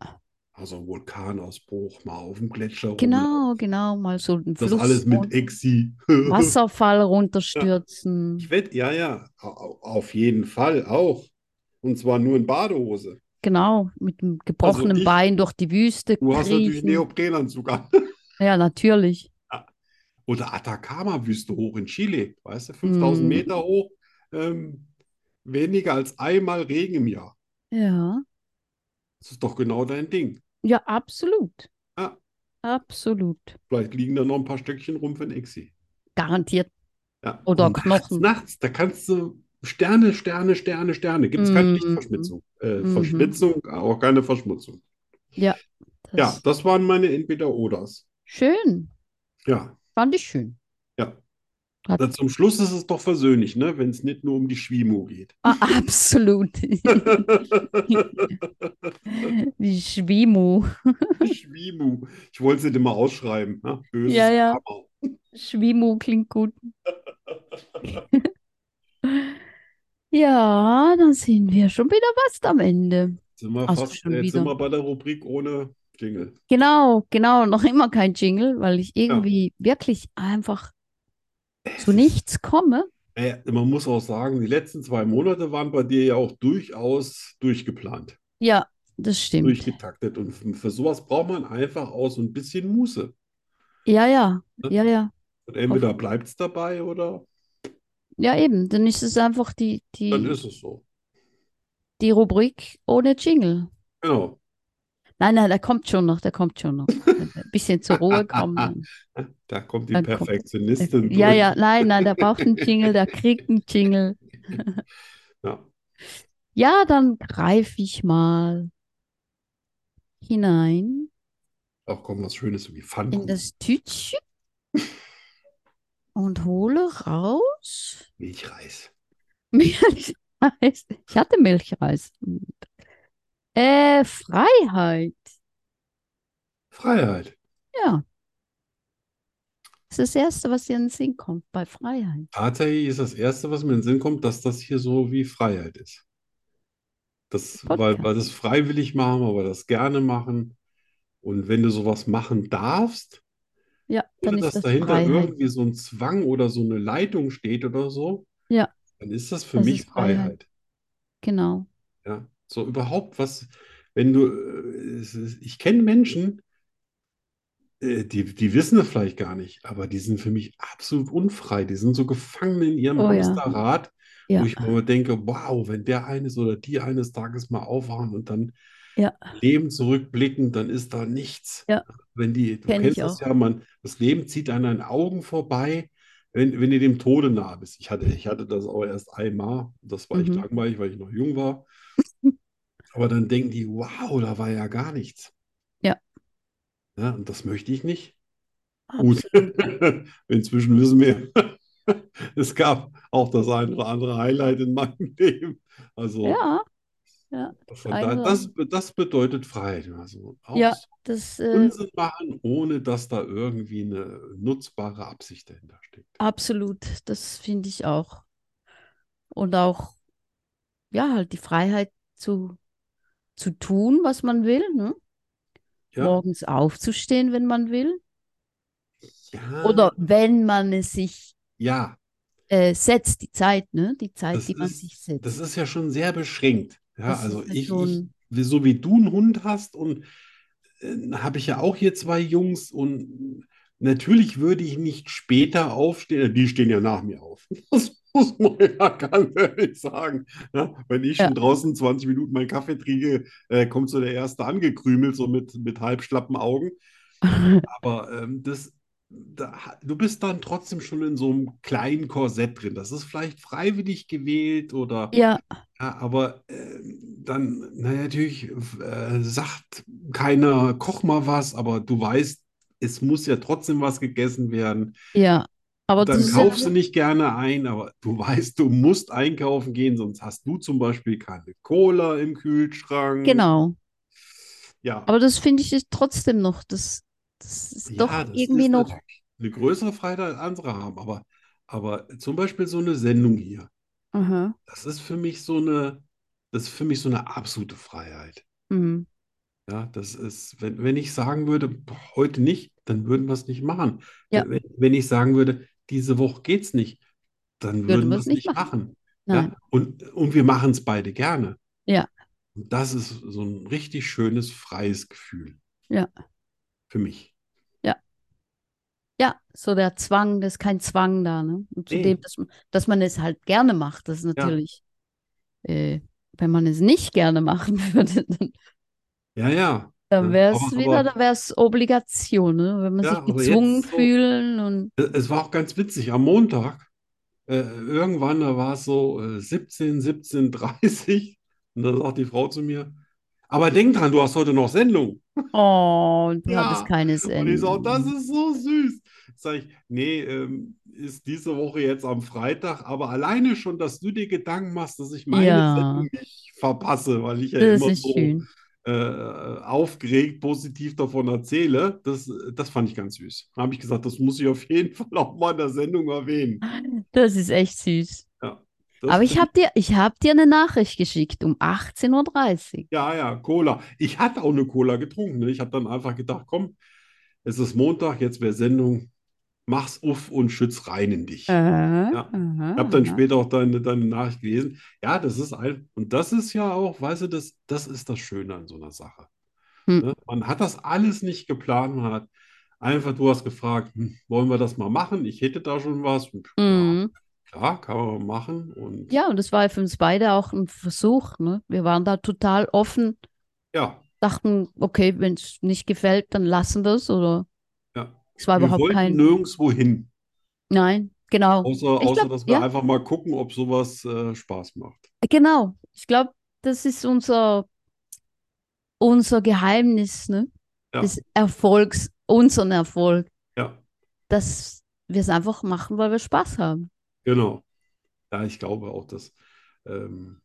Also ein Vulkanausbruch, mal auf dem Gletscher
Genau,
rumlaufen.
genau, mal so einen
Das
Fluss
alles mit
runter-
Exi.
Wasserfall runterstürzen.
Ich wette, ja, ja, au- auf jeden Fall auch. Und zwar nur in Badehose.
Genau, mit dem gebrochenen
Also ich-
Bein durch die Wüste
Du hast natürlich einen
kriechen.
Neoprenanzug an.
Ja, natürlich.
Oder Atacama-Wüste hoch in Chile, weißt du, 5000
Mm.
Meter hoch, ähm, weniger als einmal Regen im Jahr.
Ja.
Das ist doch genau dein Ding.
Ja, absolut.
Ja.
Absolut.
Vielleicht liegen da noch ein paar Stöckchen rum für den Exi.
Garantiert.
Ja.
Oder
Und
Knochen.
Nachts, nachts, da kannst du Sterne, Sterne, Sterne, Sterne. Gibt es keine
Mhm.
Lichtverschmutzung. Äh,
Mhm.
Verschmutzung, auch keine Verschmutzung. Ja,
Das
das waren meine Entweder-Oders.
schön.
Ja.
Fand ich schön. Hat-
Na, zum Schluss ist es doch versöhnlich, ne? Wenn es nicht nur um die Schwimo geht.
Ah, absolut. Die Schwimu.
Schwimu. Ich wollte es nicht immer ausschreiben. Ne? Böses
Ja, ja.
Karma.
Schwimu klingt gut. Ja, dann sind wir schon wieder fast am Ende.
Sind wir,
Also
fast,
schon
jetzt sind
wieder.
wir bei der Rubrik ohne Jingle.
Genau, genau, noch immer kein Jingle, weil ich irgendwie wirklich einfach zu nichts komme.
Äh, man muss auch sagen, die letzten zwei Monate waren bei dir ja auch durchaus durchgeplant,
Ja, das stimmt.
durchgetaktet. Und f- für sowas braucht man einfach auch so ein bisschen Muße.
Ja, ja,
Ne?
ja, ja.
Und entweder bleibt es dabei oder
Ja, eben, dann ist es einfach die,
dann
die,
ist es so.
die Rubrik ohne Jingle.
Genau.
Nein, nein, der kommt schon noch, der kommt schon noch. Ein bisschen zur Ruhe kommen. dann-
Äh, Da kommt die
Dann kommt-
Perfektionistin
Ja,
durch.
ja, nein, nein, der braucht einen Jingle, der kriegt einen Jingle.
Ja.
Ja, dann greife ich mal hinein
Ach komm, was Schönes wie
in
Pfannkuchen,
das Tütchen und hole raus
Milchreis.
Milchreis. Ich hatte Milchreis. Äh, Freiheit.
Freiheit.
Ja. Das ist das Erste, was dir in den Sinn kommt bei Freiheit.
Tatsächlich ist das Erste, was mir in den Sinn kommt, dass das hier so wie Freiheit ist. Das, weil,
Podcast.
weil das freiwillig machen, weil wir das gerne machen. Und wenn du sowas machen darfst,
Ja, dann
ohne
ist
dass
das
dahinter
Freiheit.
irgendwie so ein Zwang oder so eine Leitung steht oder so,
Ja.
dann ist das für
Das
mich
ist Freiheit.
Freiheit.
Genau.
Ja, so überhaupt was, wenn du, äh, es ist- ich kenne Menschen, äh, die, die wissen das vielleicht gar nicht, aber die sind für mich absolut unfrei. Die sind so gefangen in ihrem
Oh ja.
Hamsterrad, wo
Ja.
ich mir immer denke, wow, wenn der eines oder die eines Tages mal aufwachen und dann
Ja.
Leben zurückblicken, dann ist da nichts.
Ja.
Wenn die, du
Kenn ich
kennst das
auch.
ja, man, das Leben zieht an den Augen vorbei, wenn, wenn du dem Tode nahe bist. Ich hatte, ich hatte das auch erst einmal, das war echt
Mhm.
langweilig, weil ich noch jung war. Aber dann denken die, wow, da war ja gar nichts.
Ja.
Ja, und das möchte ich nicht. Gut,
Absolut.
inzwischen wissen wir, es gab auch das ein oder andere Highlight in meinem Leben. Also
Ja,
von
ein
da,
oder
das, das bedeutet Freiheit. Also auch
Ja. das äh,
Unsinn machen, ohne dass da irgendwie eine nutzbare Absicht dahinter steckt.
absolut, das finde ich auch. Und auch, ja, halt die Freiheit zu, zu tun, was man will, ne?
Ja,
Morgens aufzustehen, wenn man will.
ja,
Oder wenn man es sich
ja,
äh, setzt, die Zeit, ne? Die Zeit,
Das
die man
ist-
sich setzt.
das ist ja schon sehr beschränkt. Ja,
Das
also
ist ja
ich, ich,
schon-
wie- so wie du einen Hund hast und äh, habe ich ja auch hier zwei Jungs und natürlich würde ich nicht später aufstehen, äh, die stehen ja nach mir auf. Das muss man ja ganz ehrlich sagen. Ja, wenn ich schon draußen 20 Minuten meinen Kaffee trinke, äh, kommt so der Erste angekrümelt, so mit, mit halbschlappen Augen. Aber ähm, das, da, du bist dann trotzdem schon in so einem kleinen Korsett drin. Das ist vielleicht freiwillig gewählt oder
Ja,
ja, aber ähm, dann, na ja, natürlich äh, sagt keiner, koch mal was, aber du weißt, es muss ja trotzdem was gegessen werden.
ja. Aber
Dann
das ist ja
kaufst du nicht gerne ein, aber du weißt, du musst einkaufen gehen, sonst hast du zum Beispiel keine Cola im Kühlschrank.
genau.
Ja,
Aber das finde ich ist trotzdem noch, das, das ist doch
ja, das
irgendwie
ist halt
noch.
natürlich eine größere Freiheit als andere haben, aber, aber zum Beispiel so eine Sendung hier,
Aha.
das ist für mich so eine, das ist für mich so eine absolute Freiheit.
Mhm.
Ja, das ist, wenn, wenn ich sagen würde, boah, heute nicht, dann würden wir es nicht machen.
Ja.
Wenn, wenn ich sagen würde, diese Woche geht's nicht, dann
Würden
würden
wir
wir
es
es
nicht
nicht
machen.
machen.
Nein.
Ja, und, und wir machen es beide gerne.
Ja.
Und das ist so ein richtig schönes, freies Gefühl.
Ja.
Für mich.
Ja, so der Zwang, das ist kein Zwang da, ne? Und
Nee.
zudem, dass man, dass man es halt gerne macht, das ist natürlich, äh, wenn man es nicht gerne machen würde, dann,
Ja, ja.
dann
Ja,
wäre es
aber-
wieder,
aber-
dann wäre es Obligation, ne? Wenn man
Ja,
sich
aber
gezwungen
jetzt so-
fühlen und
Äh, Es war auch ganz witzig. Am Montag, äh, irgendwann, da war es so äh, 17, 17.30 und da sagt die Frau zu mir, aber denk dran, du hast heute noch Sendung.
oh, und du
Ja,
hattest keines
Und ich sage, das
Ende.
ist so süß. Sag ich, nee, ähm, ist diese Woche jetzt am Freitag, aber alleine schon, dass du dir Gedanken machst, dass ich meine
Ja.
Sendung nicht verpasse, weil ich ja
Das
immer
ist
so
schön.
äh, aufgeregt, positiv davon erzähle, das, das fand ich ganz süß. Da habe ich gesagt, das muss ich auf jeden Fall auch mal in der Sendung erwähnen.
Das ist echt süß.
Ja. Das-
Aber ich habe dir, ich hab dir eine Nachricht geschickt um 18.30 Uhr.
Ja, ja, Cola. Ich hatte auch eine Cola getrunken. Ne? Ich habe dann einfach gedacht, komm, es ist Montag, jetzt wäre Sendung. Mach's uff und schütz rein in dich. Ja.
Ah,
Ich habe dann später auch deine, deine Nachricht gelesen. Ja, das ist ein, und das ist ja auch, weißt du, das, das ist das Schöne an so einer Sache.
Hm.
Ne? Man hat das alles nicht geplant, man hat einfach, du hast gefragt, hm, wollen wir das mal machen? Ich hätte da schon was. Und, ja,
Mhm.
klar, kann man mal machen. Und
Ja, und das war für uns beide auch ein Versuch. Ne? Wir waren da total offen,
ja,
dachten, okay, wenn es nicht gefällt, dann lassen wir es. Oder
Ja.
es war
wir
überhaupt
wollten
kein.
nirgendwo hin.
Nein, genau.
Außer,
Ich
außer
glaub,
dass wir
ja.
einfach mal gucken, ob sowas äh, Spaß macht.
Genau. Ich glaube, das ist unser, unser Geheimnis, ne?
Ja.
Des Erfolgs, unseren Erfolg,
Ja,
dass wir es einfach machen, weil wir Spaß haben.
genau. Ja, ich glaube auch, dass ähm,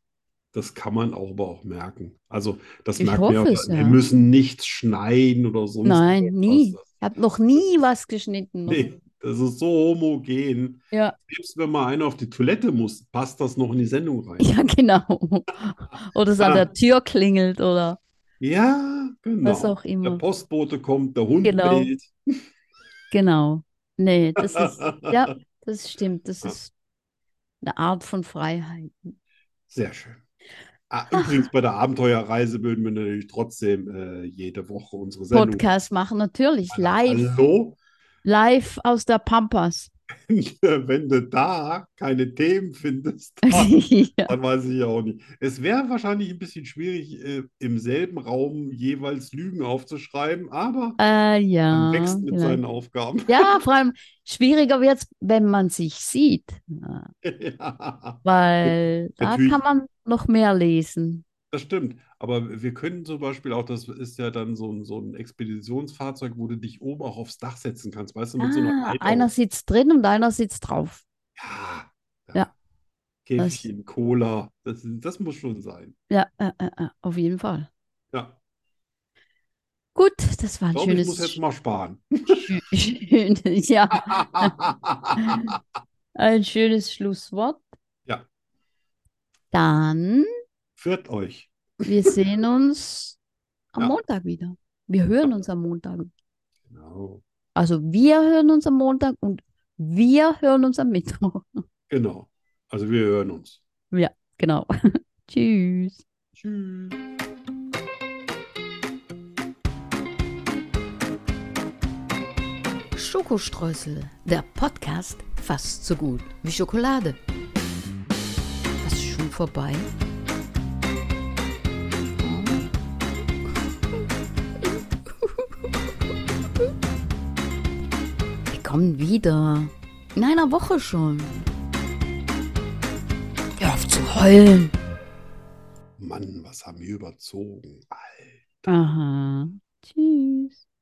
das kann man auch aber auch merken. Also das
Ich
merkt man
hoffe
auch,
es,
wir
ja.
müssen nichts schneiden oder sonst
Nein, nie.
irgendwas.
Ich habe noch nie was geschnitten. ne?
Nee, das ist so homogen.
Ja.
Selbst wenn mal einer auf die Toilette muss, passt das noch in die Sendung rein.
Ja, genau. Oder es an
Ah.
der Tür klingelt oder
Ja,
was
genau.
auch
Der
immer.
Postbote kommt, der Hund
Genau.
bellt.
Genau. Nee, das ist, ja, das stimmt. Das ist eine Art von Freiheit.
Sehr schön. Ah, übrigens, bei der Abenteuerreise würden wir natürlich trotzdem äh, jede Woche unsere Sendung
Podcast machen natürlich live,
Hallo,
live aus der Pampas.
wenn du da keine Themen findest, dann
Ja.
weiß ich ja auch nicht. Es wäre wahrscheinlich ein bisschen schwierig, äh, im selben Raum jeweils Lügen aufzuschreiben, aber
Äh, ja,
man wächst mit
vielleicht.
seinen Aufgaben.
Ja, vor allem schwieriger wird es, wenn man sich sieht, Ja,
Ja,
weil da
Natürlich.
kann man noch mehr lesen.
das stimmt. Aber wir können zum Beispiel auch, das ist ja dann so ein, so ein Expeditionsfahrzeug, wo du dich oben auch aufs Dach setzen kannst, weißt du, mit so einer
Ah,
Leiter
einer sitzt drin und einer sitzt drauf.
Ja,
Ja. Das-
Käffchen, Cola, das, das muss schon sein.
Ja, äh, äh, äh, auf jeden Fall.
Ja,
Gut, das war
ich
ein
glaube, ich muss
schönes,
jetzt mal sparen.
schönes, ja, ein schönes Schlusswort.
Ja.
Dann,
Führt euch.
wir sehen uns am
Ja.
Montag wieder. Wir hören uns am Montag.
Genau.
Also wir hören uns am Montag und wir hören uns am Mittwoch.
Genau. Also wir hören uns.
Genau. Tschüss.
Tschüss.
Schokostreusel, der Podcast fast so gut wie Schokolade. Was ist schon vorbei? Wir kommen wieder. In einer Woche schon. Hör auf zu heulen.
Mann, was haben wir überzogen? Alter.
Aha. Tschüss.